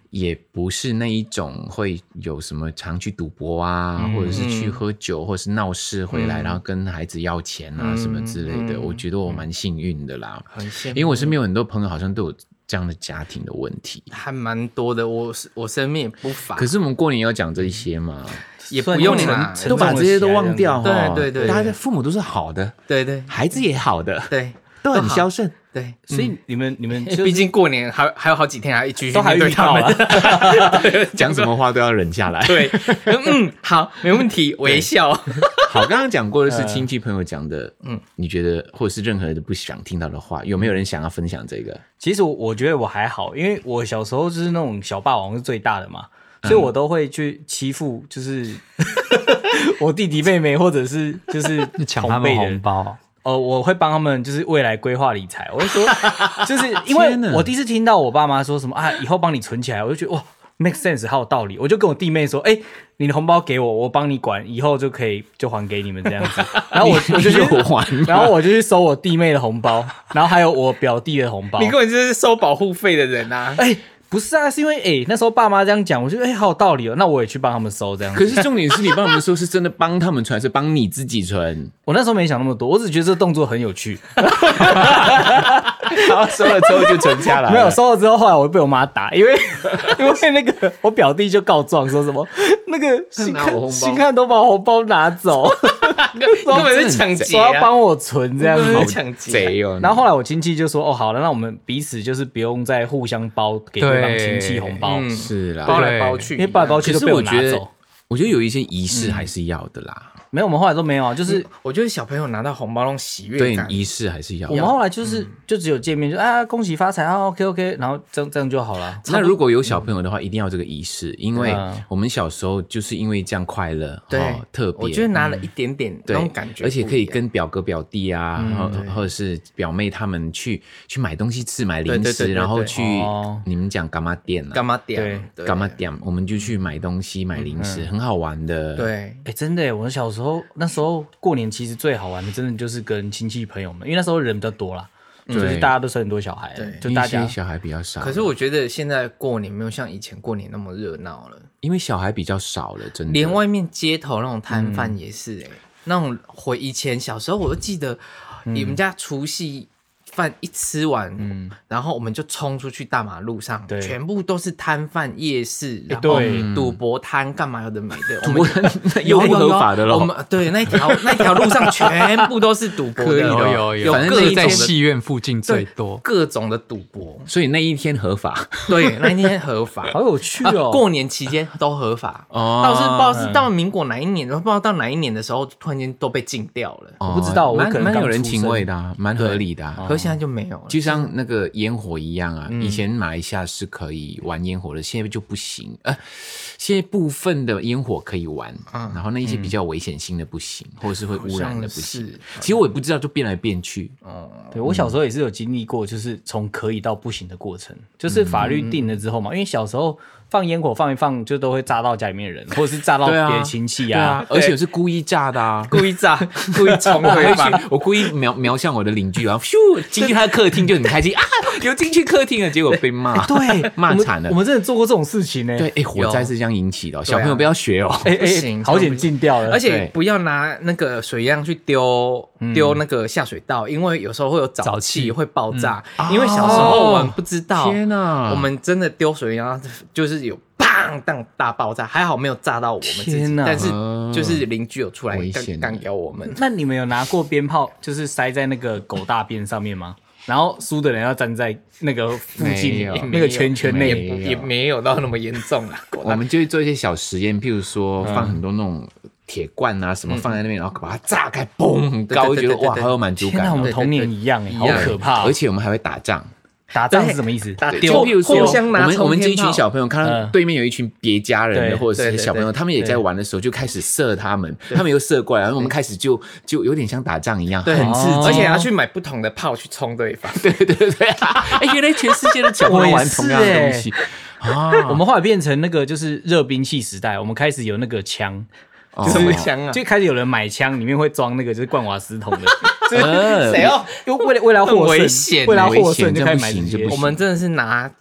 Speaker 2: 也不是那一种会有什么常去赌博啊，
Speaker 1: 嗯
Speaker 2: 或者是去喝酒，或者是闹事回来，然后跟孩子要钱啊什么之类的。我觉得我蛮幸运的啦，
Speaker 1: 嗯很羡
Speaker 2: 因
Speaker 1: 慕，
Speaker 2: 为我身边有很多朋友好像都有这样的家庭的问题。
Speaker 1: 还蛮多的。我我身边也不乏，
Speaker 2: 可是我们过年要讲这一些嘛，
Speaker 1: 也不用
Speaker 4: 算
Speaker 1: 啦。
Speaker 4: 成
Speaker 2: 都把这些都忘掉
Speaker 1: 对
Speaker 2: 哈。
Speaker 1: 对对
Speaker 2: 大家的父母都是好的，
Speaker 1: 对对
Speaker 2: 孩子也好的，
Speaker 1: 对
Speaker 2: 都很
Speaker 1: 好
Speaker 2: 孝顺。
Speaker 1: 对，嗯
Speaker 4: 所以你们你 们
Speaker 1: 毕竟过年还还有好几天，还要继续
Speaker 4: 都还
Speaker 1: 面对
Speaker 4: 遇
Speaker 1: 他
Speaker 4: 到啊
Speaker 1: 们。
Speaker 4: 了，
Speaker 2: 讲什么话都要忍下 来。
Speaker 1: 对，嗯，好，没问题，微笑。
Speaker 2: 好，刚刚讲过的是亲戚朋友讲的，嗯，你觉得或者是任何的不想听到的话，有没有人想要分享这个？
Speaker 4: 其实我我觉得我还好，因为我小时候就是那种小霸王是最大的嘛，所以我都会去欺负，就是 我弟弟妹妹或者是就是
Speaker 5: 你抢他们红包啊，
Speaker 4: 哦，我会帮他们就是未来规划理财。我会说，就是因为我第一次听到我爸妈说什么啊，以后帮你存起来，我就觉得哇，make sense，好有道理。我就跟我弟妹说，哎、你的红包给我，我帮你管，以后就可以就还给你们这样子。然后我我就去
Speaker 2: 有还吗
Speaker 4: 然后我就去收我弟妹的红包，然后还有我表弟的红包。
Speaker 1: 你根本就是收保护费的人 呐、啊！
Speaker 4: 哎、不是啊，是因为哎、那时候爸妈这样讲，我觉得哎、好有道理哦，那我也去帮他们收这样子。
Speaker 2: 可是重点是你帮他们说是真的帮他们存，还是帮你自己 存？
Speaker 4: 我那时候没想那么多，我只觉得这动作很有趣。
Speaker 2: 然后收了之后就存下来 了
Speaker 4: 没有收了之后，后来我被我妈打， 因为因为那个我表弟就告状说什么那个新
Speaker 2: 拿我红包
Speaker 4: 汉新汉都把我红包 拿走，
Speaker 1: 根本是抢劫
Speaker 4: 说要
Speaker 1: 啊！
Speaker 4: 帮我存这样
Speaker 1: 根本
Speaker 4: 子。
Speaker 1: 是抢劫、啊
Speaker 2: 贼哦！
Speaker 4: 然后后来我亲戚就说：“哦，好了，那我们彼此就是不用再互相包给对方亲戚红包，
Speaker 1: 嗯
Speaker 2: 是啦，
Speaker 1: 包来包去，
Speaker 4: 因为包来包去
Speaker 2: 可
Speaker 4: 都
Speaker 2: 是
Speaker 4: 被
Speaker 2: 我嗯
Speaker 4: 拿
Speaker 2: 觉得
Speaker 4: 走。，
Speaker 2: 我觉得有一些仪式还是要的啦，”
Speaker 4: 没有，我们后来都没有啊，就是
Speaker 1: 我觉得小朋友拿到红包那种喜悦
Speaker 2: 对
Speaker 1: 感，，
Speaker 2: 仪式还是嗯要
Speaker 4: 我。们后来就是就只有见面，就啊恭喜发财啊，OK OK，然后这样这样就好了。
Speaker 2: 那如果有小朋友的话，一定要这个仪式，因为
Speaker 4: 嗯
Speaker 2: 我们小时候就是因为这样快乐，
Speaker 1: 对哦
Speaker 2: 哦特别。
Speaker 1: 我觉得拿了一点点那
Speaker 2: 对
Speaker 1: 种感觉不一样，嗯
Speaker 2: 而且可以跟表哥表弟啊，或、
Speaker 1: 对
Speaker 2: 或者是表妹他们去去买东西吃，买零食，
Speaker 1: 对对对对
Speaker 2: 然后
Speaker 1: 对
Speaker 2: 去、
Speaker 4: 哦
Speaker 2: 你们讲干嘛店啊，
Speaker 1: 干嘛点，对
Speaker 2: 干嘛店，我们就去买东西、买零食，很好玩的。，
Speaker 1: 嗯对，
Speaker 4: 哎、真的耶，我小时候那时候过年其实最好玩的，真的就是跟亲戚朋友们，因为那时候人比较多啦，就是大家都生很多小孩
Speaker 1: 对，
Speaker 4: 就大
Speaker 2: 因
Speaker 4: 家
Speaker 2: 为小孩比较少，
Speaker 1: 可是我觉得现在过年没有像以前过年那么热闹了，
Speaker 2: 因为小孩比较少了，真的。
Speaker 1: 连外面街头那种摊贩也是哎、欸那种回以前小时候我就记得，你们家除夕饭一吃完，然后我们就冲出去大马路上，
Speaker 4: 对
Speaker 1: 全部都是摊贩、夜市，然后
Speaker 4: 对
Speaker 1: 赌博摊干嘛有的没的，我
Speaker 2: 赌
Speaker 1: 们
Speaker 2: 博那有不合法的
Speaker 1: 我
Speaker 2: 咯。
Speaker 1: 们对那条那条路上全部都是赌博
Speaker 2: 可以
Speaker 1: 的，
Speaker 2: 的
Speaker 5: 有
Speaker 2: 哦
Speaker 5: 有有，
Speaker 1: 有
Speaker 5: 反正
Speaker 1: 各
Speaker 5: 那个在
Speaker 1: 种的
Speaker 5: 戏院附近最
Speaker 1: 对
Speaker 5: 多。
Speaker 1: 各种的赌博，
Speaker 2: 所以那一天 合法，
Speaker 1: 对，那一天合法。
Speaker 4: 好有趣
Speaker 1: 啊
Speaker 4: 哦、
Speaker 1: 过年期间都合法，
Speaker 2: 哦
Speaker 1: 倒是不知道是到民国哪一年，然后不知道到哪一年的时候，突然间都被禁掉了。
Speaker 2: 我
Speaker 4: 不知道我可能
Speaker 2: 哦蛮
Speaker 4: 刚
Speaker 2: 有人
Speaker 4: 出
Speaker 2: 情
Speaker 4: 生
Speaker 2: 味的、啊，蛮合理的、啊。
Speaker 1: 可是现在就没有了。
Speaker 2: 就像那个烟火一样啊，以前马来西亚是可以玩烟火的，现在就不行。呃，现在部分的烟火可以玩，然后那一些比较危险性的不行，或者是会污染的不
Speaker 1: 好
Speaker 2: 行
Speaker 1: 像是。
Speaker 2: 其实我也不知道，就变来变去。
Speaker 4: 对我小时候也是有经历过，就是从可以到不行的过程，就是法
Speaker 1: 嗯
Speaker 4: 律定了之后嘛，因为小时候放烟火放一放，就都会炸到家里面的人，或者是炸到
Speaker 2: 对
Speaker 4: 别
Speaker 2: 啊
Speaker 4: 的亲戚
Speaker 2: 对啊，而且我是故意炸的啊。
Speaker 1: 故意炸，故意冲
Speaker 2: 我
Speaker 1: 回
Speaker 2: 会
Speaker 1: 去。
Speaker 2: 去，我故意瞄瞄向我的邻居，然啊后咻进去他的客厅就很开心啊，有进去客厅了，结果被骂，
Speaker 4: 对
Speaker 2: 骂
Speaker 4: 我们
Speaker 2: 惨了
Speaker 4: 我。们真的做过这种事情呢、欸
Speaker 2: 对，哎，火灾是这样引起的哦，小朋友不要学哦。
Speaker 4: 哎，哎
Speaker 1: 不行
Speaker 4: 哎，好险禁掉了，
Speaker 1: 而
Speaker 2: 对
Speaker 1: 且不要拿那个水样去丢
Speaker 2: 嗯
Speaker 1: 丢那个下水道，因为有时候会有
Speaker 5: 沼
Speaker 1: 沼
Speaker 5: 气
Speaker 1: 气会爆炸。因为小时候我们不知道，
Speaker 2: 嗯哦天哪
Speaker 1: 我们真的丢水样就是有砰当大爆炸，还好没有炸到我们自己
Speaker 4: 天，哪
Speaker 1: 但是就是邻居有出来
Speaker 2: 嗯危险
Speaker 1: 干干掉我们。
Speaker 4: 那你们有拿过鞭炮，就是塞在那个狗大便上面吗？ 然后输的人要站在那个附
Speaker 2: 没
Speaker 4: 近
Speaker 2: 有
Speaker 4: 那个圈圈
Speaker 1: 也
Speaker 4: 内，
Speaker 1: 不也
Speaker 2: 啊
Speaker 1: 没有到那么严重啦。果
Speaker 2: 我
Speaker 1: 然
Speaker 2: 们就会做一些小实验，譬如说放很多那种铁罐啊什么放在那边，然后把它炸开，嘣，很高，
Speaker 1: 对
Speaker 2: 觉
Speaker 1: 对对
Speaker 2: 得
Speaker 1: 对
Speaker 2: 哇，
Speaker 1: 对
Speaker 2: 好有满足
Speaker 4: 天
Speaker 2: 感
Speaker 4: 哪，我
Speaker 2: 哦。
Speaker 4: 们童年一样哎，好可怕哦！
Speaker 2: 而且我们还会打仗，
Speaker 4: 打仗是什么意思？
Speaker 1: 打
Speaker 2: 对
Speaker 1: 丢
Speaker 2: 就譬如说
Speaker 1: 互
Speaker 2: 我
Speaker 1: 相拿
Speaker 2: 们
Speaker 1: 冲
Speaker 2: 我们这一
Speaker 1: 天
Speaker 2: 群
Speaker 1: 炮
Speaker 2: 小朋友看到
Speaker 4: 嗯
Speaker 2: 对面有一群别家人
Speaker 4: 对
Speaker 2: 的或者
Speaker 1: 对
Speaker 2: 是
Speaker 1: 对
Speaker 2: 小朋友，
Speaker 1: 对
Speaker 2: 他们也在玩的时候就开始射他们，他们又射过来，然后我们开始就就有点像打仗一样，
Speaker 1: 对，
Speaker 2: 很刺激。
Speaker 1: 而且要去买不同的炮去冲对方。
Speaker 2: 对 对对对，哎，原来全世界的小朋友玩同样的东西啊，
Speaker 4: 欸我们后来变成那个就是热兵器时代，我们开始有那个枪，
Speaker 2: 哦
Speaker 1: 什么枪啊？
Speaker 4: 就开始有人买枪，里面会装那个就是灌瓦斯桶 的，
Speaker 2: 呃
Speaker 1: 谁要？
Speaker 4: 因为为了为了获
Speaker 1: 很危
Speaker 4: 胜，
Speaker 1: 险
Speaker 4: 为了
Speaker 2: 很
Speaker 4: 获胜
Speaker 2: 危险
Speaker 4: 欸就开始买
Speaker 2: 这样不行
Speaker 4: 这些
Speaker 2: 这不
Speaker 1: 我
Speaker 2: 行
Speaker 1: 们真的是拿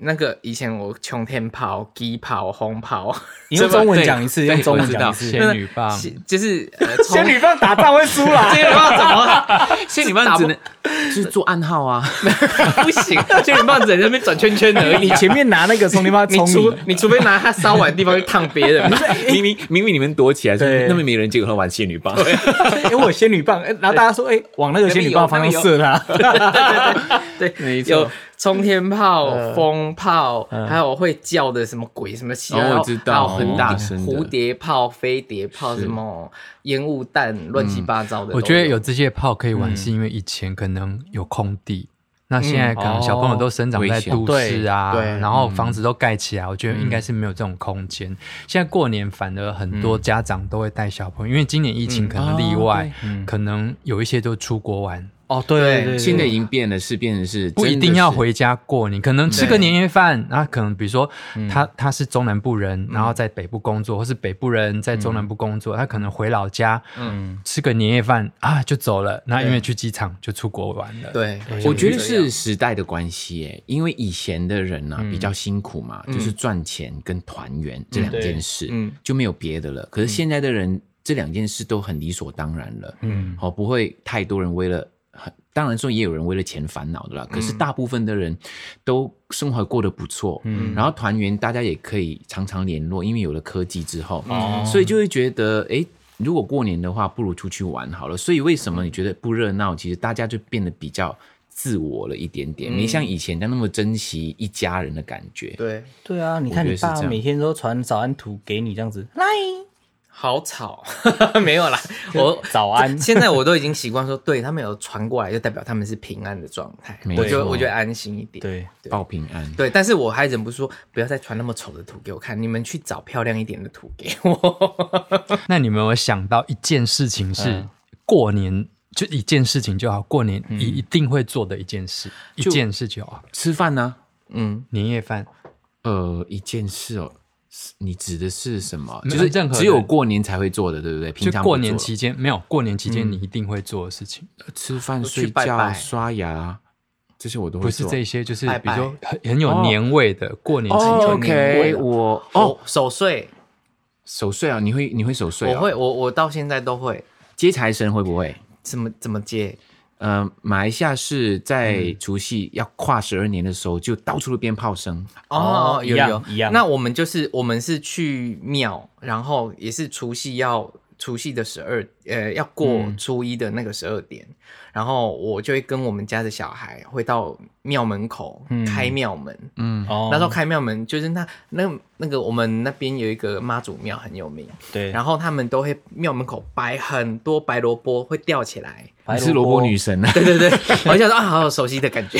Speaker 1: 那个以前我冲天炮、机炮、红炮，
Speaker 4: 你用中文讲一次，用中文讲一次。
Speaker 5: 仙女棒，
Speaker 1: 是就是呃
Speaker 4: 仙女棒打仗会输 啦，
Speaker 1: 这棒怎么
Speaker 2: 仙女棒只能 就是做暗号 啊，
Speaker 1: 不行？ 仙女棒只能在那边转圈圈而
Speaker 4: 你
Speaker 1: 已。
Speaker 4: 前面拿那个充电棒
Speaker 1: 你
Speaker 4: 冲
Speaker 1: 除
Speaker 4: 你，
Speaker 1: 你除非拿它烧完的地方去烫别人，
Speaker 2: 明明明明你们躲起来，
Speaker 4: 对
Speaker 2: 那么没人，结果他玩仙女棒。
Speaker 4: 因为我有仙女 棒，哎然后大家说，哎，往那个仙女棒方向射它。
Speaker 1: 对， 有冲天炮、风炮，还有会叫的什么鬼什么气，
Speaker 2: 嗯哦
Speaker 1: 然后
Speaker 2: 我知道
Speaker 1: 还有很大
Speaker 2: 哦真的
Speaker 1: 蝴蝶炮、飞碟炮，什么烟雾
Speaker 2: 嗯
Speaker 1: 弹，乱七八糟的都。嗯
Speaker 5: 我觉得有这些炮可以玩，是因为以前可能有空地，那现在可能小朋友都生长在都市啊，
Speaker 1: 哦危险嗯对嗯
Speaker 5: 然后房子都盖起来，我觉得应该是没有这种空间。现在过年反而很多家长都会带小朋友，因为今年疫
Speaker 1: 嗯
Speaker 5: 情可能例外，
Speaker 1: 哦
Speaker 5: 可能有一些都出国玩，
Speaker 4: 哦，对对对，
Speaker 2: 现在已经变了，是变成是
Speaker 5: 不一
Speaker 2: 真的
Speaker 5: 定要
Speaker 2: 是
Speaker 5: 回家过年，可能吃个
Speaker 1: 对
Speaker 5: 年夜饭，然后可能比如说
Speaker 2: 嗯
Speaker 5: 他他是中南部人，然后在北部工作，或是北部人
Speaker 2: 嗯
Speaker 5: 在中南部工作，他可能回老家，嗯，吃个年夜饭啊就走了，那因为去机场就出国玩了，
Speaker 1: 对，
Speaker 2: 我觉得是时代的关系耶，因为以前的人呢、比较辛苦嘛，就是赚钱跟团圆这两件事，
Speaker 1: 嗯嗯
Speaker 2: 就没有别的了。可是现在的人，这两件事都很理所当然了，嗯，好、不会太多人为了。很当然说也有人为了钱烦恼的啦，可是大部分的人都生活过得不错，嗯，然后团圆大家也可以常常联络，因为有了科技之后，所以就会觉得诶。如果过年的话，不如出去玩好了。所以为什么你觉得不热闹？其实大家就变得比较自我了一点点，没像以前那么珍惜一家人的感觉。
Speaker 1: 对，
Speaker 4: 对啊，你
Speaker 2: 我
Speaker 4: 看
Speaker 2: 觉
Speaker 4: 你
Speaker 2: 得是这
Speaker 4: 爸
Speaker 2: 样
Speaker 4: 每天都传早安图给你这样子，来
Speaker 1: 好吵， 没 有啦，我。，
Speaker 4: 早 安
Speaker 1: 现在我都已经习惯说，对他们有传过来，就代表他们是平安的状态，
Speaker 2: 没
Speaker 1: 我就
Speaker 2: 错
Speaker 1: 我就安心一点。
Speaker 4: 对，
Speaker 2: 报平安，
Speaker 1: 对，但是我还忍不住说，不要再传那么丑的图给我看，你们去找漂亮一点的图给我。
Speaker 5: 那你们有没有想到一件事情
Speaker 2: 嗯
Speaker 5: 是过年？就一件事情就好，过年一一定会做的一件事，一件事就好，
Speaker 2: 吃饭呢？
Speaker 1: 嗯，
Speaker 5: 年夜饭。
Speaker 2: 呃，一件事哦，是你指的是什么？
Speaker 5: 没
Speaker 2: 就
Speaker 5: 有
Speaker 2: 是
Speaker 5: 嗯任何
Speaker 2: 只有
Speaker 5: 人
Speaker 2: 过年才会做的，对不对？平
Speaker 5: 就
Speaker 2: 常不
Speaker 5: 过年
Speaker 2: 做嗯
Speaker 5: 期间没有，过年期间你一定会做的事情，
Speaker 2: 吃饭、
Speaker 1: 去
Speaker 2: 睡觉、
Speaker 1: 拜拜
Speaker 2: 刷牙，这些我都会
Speaker 5: 不是
Speaker 2: 做。
Speaker 5: 这些，就是
Speaker 1: 拜
Speaker 5: 比如
Speaker 1: 拜
Speaker 5: 说很很有年味的过年期
Speaker 2: 哦
Speaker 5: 间。
Speaker 2: ，OK，我哦
Speaker 1: 哦，守岁，
Speaker 2: 守岁啊，你会你会守岁、
Speaker 1: 我会，我我到现在都会，
Speaker 2: 接财神会不会？
Speaker 1: 怎么怎么接？
Speaker 2: 呃，马来西亚是在
Speaker 5: 嗯
Speaker 2: 除夕要跨十二年的时候，就到处都鞭炮声。
Speaker 1: 哦
Speaker 4: 哦，
Speaker 1: 有
Speaker 4: 一样
Speaker 1: 有
Speaker 4: 一样
Speaker 1: 那我们就是我们是去庙，然后也是除夕要除夕的十二，呃，要过
Speaker 4: 嗯
Speaker 1: 初一的那个十二点，然后我就会跟我们家的小孩会到庙门口、开庙门。
Speaker 2: 嗯，
Speaker 4: 哦
Speaker 1: 那时候开庙门就是那那那个我们那边有一个妈祖庙很有名，
Speaker 4: 对，
Speaker 1: 然后他们都会庙门口摆很多白萝卜，会吊起来。
Speaker 4: 白
Speaker 2: 你是萝卜女神啊！
Speaker 1: 对对对，我就想说啊，好有熟悉的感 觉，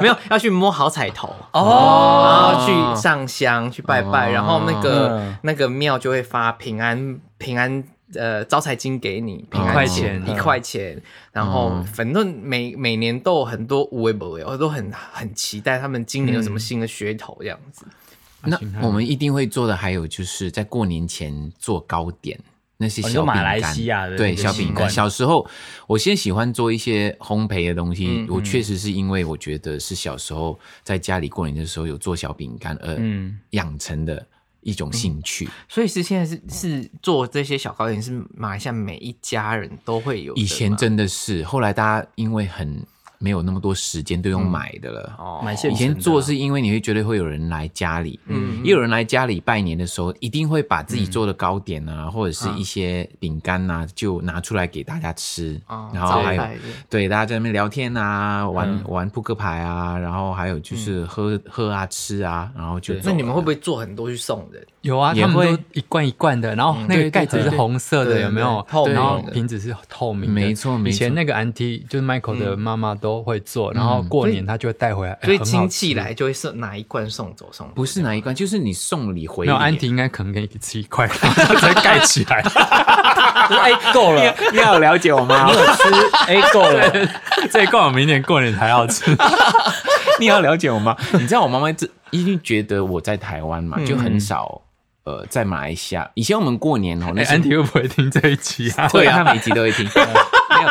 Speaker 1: 没有要去摸好彩头。
Speaker 4: 哦，
Speaker 1: 然后去上香去拜拜，
Speaker 2: 哦
Speaker 1: 然后那个、
Speaker 4: 嗯
Speaker 1: 那个庙就会发平安平安呃招财金给你，平安
Speaker 5: 一块钱
Speaker 1: 哦一块钱，嗯然后反正每每年都有很多无为不为，我都很很期待他们今年有什么新的噱头这样子。
Speaker 4: 啊
Speaker 2: 那我们一定会做的，还有就是在过年前做糕点，那些
Speaker 4: 哦你
Speaker 2: 小
Speaker 4: 说
Speaker 2: 饼干。
Speaker 4: 马来西亚的
Speaker 2: 对
Speaker 4: 那个
Speaker 2: 小
Speaker 4: 习
Speaker 2: 饼干。
Speaker 4: 惯
Speaker 2: 小时候，我先喜欢做一些烘焙的东西。
Speaker 4: 嗯
Speaker 2: 我确实是因为我觉得是小时候在家里过年的时候有做小饼干而
Speaker 4: 嗯
Speaker 2: 养成的一种兴趣。
Speaker 1: 所以是现在是是做这些小糕点，是马来西亚每一家人都会有的吗。
Speaker 2: 以前真的是，后来大家因为很没有那么多时间，都用
Speaker 4: 嗯
Speaker 2: 买的了。
Speaker 1: 哦
Speaker 4: 蛮现
Speaker 2: 以
Speaker 4: 成的啊
Speaker 2: 前做是因为你会觉得会有人来家里，嗯，也有人来家里拜年的时候，一定会把自己做的糕点啊，或者是一些饼干啊，就拿出来给大家吃，
Speaker 1: 哦
Speaker 2: 然后还有
Speaker 1: 招待的
Speaker 2: 对大家在那边聊天啊，玩、玩扑克牌啊，然后还有就是喝、喝啊吃啊，然后就走
Speaker 1: 那你
Speaker 2: 了
Speaker 1: 们会不会做很多去送人？
Speaker 5: 有啊，
Speaker 2: 也
Speaker 5: 他们
Speaker 2: 会
Speaker 5: 都嗯一罐一罐的，然后那个盖子是红色
Speaker 1: 对对
Speaker 5: 的，
Speaker 1: 对
Speaker 5: 有没有？
Speaker 1: 透明的
Speaker 5: 然后瓶子是透明的，
Speaker 2: 没错没错
Speaker 5: 以前那个 auntie 就是 Michael 的妈妈都会做，然后过年她就会带回来，哎
Speaker 1: 所以
Speaker 5: 很好
Speaker 1: 亲
Speaker 5: 吃
Speaker 1: 戚来就会是拿一罐送走送走。
Speaker 2: 不是哪一关，就是你送礼回
Speaker 5: 没有
Speaker 2: 礼
Speaker 5: auntie 应该可能给你吃一块， 然后再盖起 来。
Speaker 4: 哎够了，
Speaker 2: 你好了解我妈，
Speaker 4: 哎够了，
Speaker 5: 这一罐我明年过年才要 吃。
Speaker 2: 你好了解我妈。你知道我妈妈这一定觉得我在台湾嘛，就很少呃在马来西亚。以前我们过年哦，那
Speaker 5: 哎
Speaker 2: 是
Speaker 5: auntie 会不会听这一集啊？
Speaker 2: 对啊，他每集 都会听。 没有，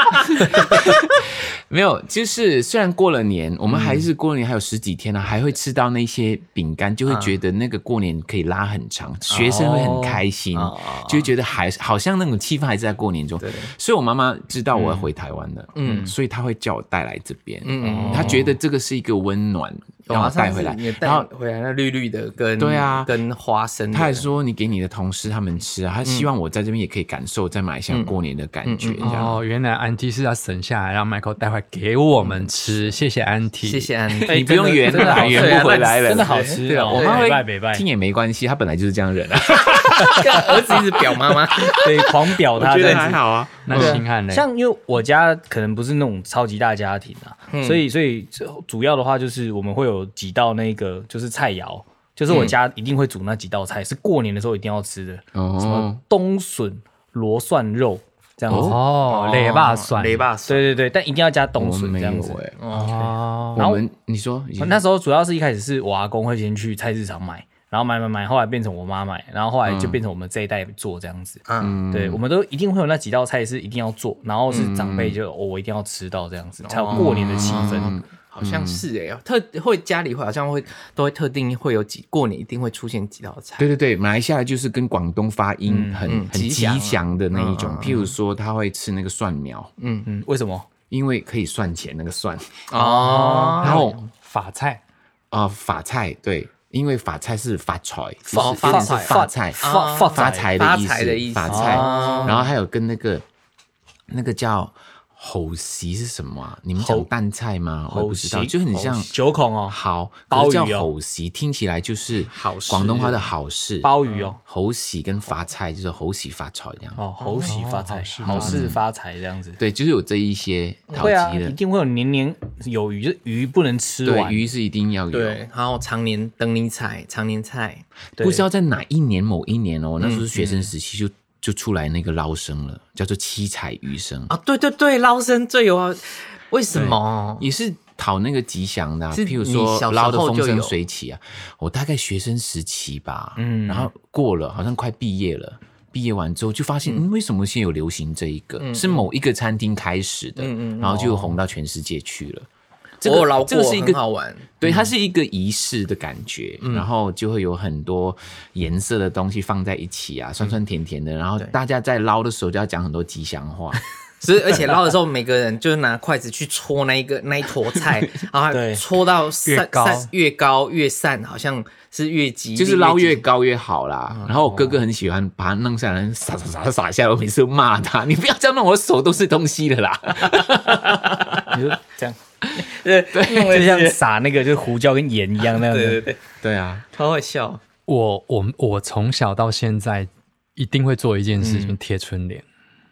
Speaker 2: 没有，就是虽然过了年，我们还是过年还有十几天呢、还会吃到那些饼干，就会觉得那个过年可以拉很长，学生会很开心，就会觉得还好像那种气氛还是在过年中。所以我妈妈知道我要回台湾了，嗯，所以她会叫我带来这边，嗯，她觉得这个是一个温暖，
Speaker 1: 啊
Speaker 2: 让我带回来，
Speaker 1: 然
Speaker 2: 然
Speaker 1: 后
Speaker 2: 后。
Speaker 1: 回来那绿绿的跟
Speaker 2: 对啊
Speaker 1: 跟花生的，
Speaker 2: 他还说你给你的同事他们吃啊，他希望我在这边也可以感受在马来西亚过年的感觉，这样。
Speaker 5: 哦，原来 auntie 是要省下来让 Michael 带回来给我们吃，谢嗯谢 auntie，
Speaker 1: 谢谢安迪，
Speaker 2: 你不用圆
Speaker 4: 真的
Speaker 2: 来
Speaker 4: 好
Speaker 2: 圆不回来了，
Speaker 4: 真的好吃
Speaker 2: 对啊，
Speaker 4: 哦，
Speaker 2: 我妈
Speaker 4: 拜拜
Speaker 2: 会
Speaker 4: 拜拜
Speaker 2: 听也没关系，她本来就是这样人啊。
Speaker 1: 儿子一直表 妈妈，
Speaker 4: 对，狂表他
Speaker 2: 觉
Speaker 4: 这
Speaker 2: 得
Speaker 4: 样
Speaker 2: 还
Speaker 4: 子。
Speaker 2: 好啊。
Speaker 5: 那心汉嘞，
Speaker 4: 像因为我家可能不是那种超级大家庭啊，所以所以主要的话就是我们会有几道那个就是菜肴，就是我家一定会煮那几道菜，是过年的时候一定要吃的，什
Speaker 2: 哦
Speaker 4: 么，冬笋罗蒜肉这样子。
Speaker 5: 哦，雷霸蒜，
Speaker 1: 雷霸蒜，
Speaker 4: 对对对，但一定要加冬
Speaker 2: 我们
Speaker 4: 笋
Speaker 2: 没
Speaker 4: 这样
Speaker 2: 有欸
Speaker 4: 子。
Speaker 2: 哎，
Speaker 5: 哦，
Speaker 2: 我们你说你
Speaker 4: 那时候主要是一开始是我阿公会先去菜市场买，然后买买买，后来变成我妈买，然后后来就变成我们这一代做这样子。
Speaker 1: 嗯，
Speaker 4: 对，我们都一定会有那几道菜是一定要做，然后是长辈就、哦、我一定要吃到这样子，才有过年的气
Speaker 2: 哦
Speaker 4: 氛。嗯
Speaker 2: 嗯
Speaker 1: 好像是哎，特会家里会好像会都会特定会有几过年一定会出现几道菜，
Speaker 2: 对对对，马来西亚就是跟广东发音很、
Speaker 1: 嗯
Speaker 2: 很
Speaker 1: 吉
Speaker 2: 吉
Speaker 1: 祥啊
Speaker 2: 祥的那一种，
Speaker 1: 嗯嗯嗯
Speaker 2: 譬如说他会吃那个蒜苗，
Speaker 4: 嗯，为什么？
Speaker 2: 因为可以算钱那个蒜，
Speaker 1: 哦，
Speaker 2: 然后
Speaker 5: 法菜，
Speaker 2: 啊、呃法菜对，因为法菜是发财，
Speaker 1: 发
Speaker 2: 就是有点是
Speaker 1: 发财
Speaker 2: 发菜
Speaker 4: 发发
Speaker 2: 发财
Speaker 4: 财
Speaker 1: 发
Speaker 2: 的意
Speaker 1: 财
Speaker 2: 思，
Speaker 1: 的意思
Speaker 2: 发财。
Speaker 1: 哦
Speaker 2: 然后还有跟那个那个叫猴席是什么、啊？你们讲
Speaker 4: 猴
Speaker 2: 蛋菜吗？我也不知道，
Speaker 4: 猴席
Speaker 2: 就很像
Speaker 4: 猴席九孔哦，
Speaker 2: 好，
Speaker 4: 鲍
Speaker 2: 可是叫
Speaker 4: 鱼哦
Speaker 2: 猴席，听起来就是
Speaker 1: 好事
Speaker 2: 广东话的好事，嗯
Speaker 4: 鲍鱼哦，
Speaker 2: 猴喜跟发菜就是猴喜发财这样。
Speaker 4: 哦，猴喜发财，好事发财这样子。
Speaker 2: 对，就是有这一些讨
Speaker 4: 会啊，
Speaker 2: 鸡
Speaker 4: 一
Speaker 2: 的，
Speaker 4: 定会有年年有余，就是鱼不能吃
Speaker 2: 对
Speaker 4: 完。
Speaker 2: 鱼是一定要有。
Speaker 1: 对，然后常年等你采，常年菜，
Speaker 4: 对嗯
Speaker 2: 不知道在哪一年某一年哦，那时候是学生时期就就出来那个捞生了，叫做七彩鱼生，
Speaker 1: 啊，对对对，捞生最有啊，为什么？
Speaker 2: 也是讨那个吉祥的啊，
Speaker 1: 是
Speaker 2: 譬如说
Speaker 1: 你小时候
Speaker 2: 捞的风
Speaker 1: 就
Speaker 2: 生
Speaker 1: 有
Speaker 2: 水起啊。我大概学生时期吧，嗯，然后过了，好像快毕业了。毕业完之后就发现，嗯，为什么现在有流行这一个？
Speaker 1: 嗯
Speaker 2: 是某一个餐厅开始的，然后就红到全世界去了。这
Speaker 1: 我有嗯哦
Speaker 2: 个
Speaker 1: 捞过，
Speaker 2: 这个是一个
Speaker 1: 很好嗯玩。
Speaker 2: 对，它是一个仪式的感觉，然后就会有很多颜色的东西放在一起啊，酸酸甜甜的，然后大家在捞的时候就要讲很多吉祥话，
Speaker 1: 所以而且捞的时候，每个人就是拿筷子去戳那一个那一坨 菜，然后
Speaker 4: 对
Speaker 1: 戳到散
Speaker 5: 越高
Speaker 1: 散越高越散，好像是越急，
Speaker 2: 就是捞越
Speaker 1: 急
Speaker 2: 高越好啦。
Speaker 5: 嗯
Speaker 2: 然后我哥哥很喜欢把它弄下来，撒撒撒撒下来，我每次都骂他， 你不要这样弄，我手都是东西的 啦。
Speaker 4: 你就这样，对， 就像撒那个就是胡椒跟盐一样那样
Speaker 1: 对对
Speaker 4: 子。
Speaker 1: 对，
Speaker 2: 对啊，
Speaker 1: 超会笑。
Speaker 5: 我我我从小到现在一定会做一件事情，贴春联。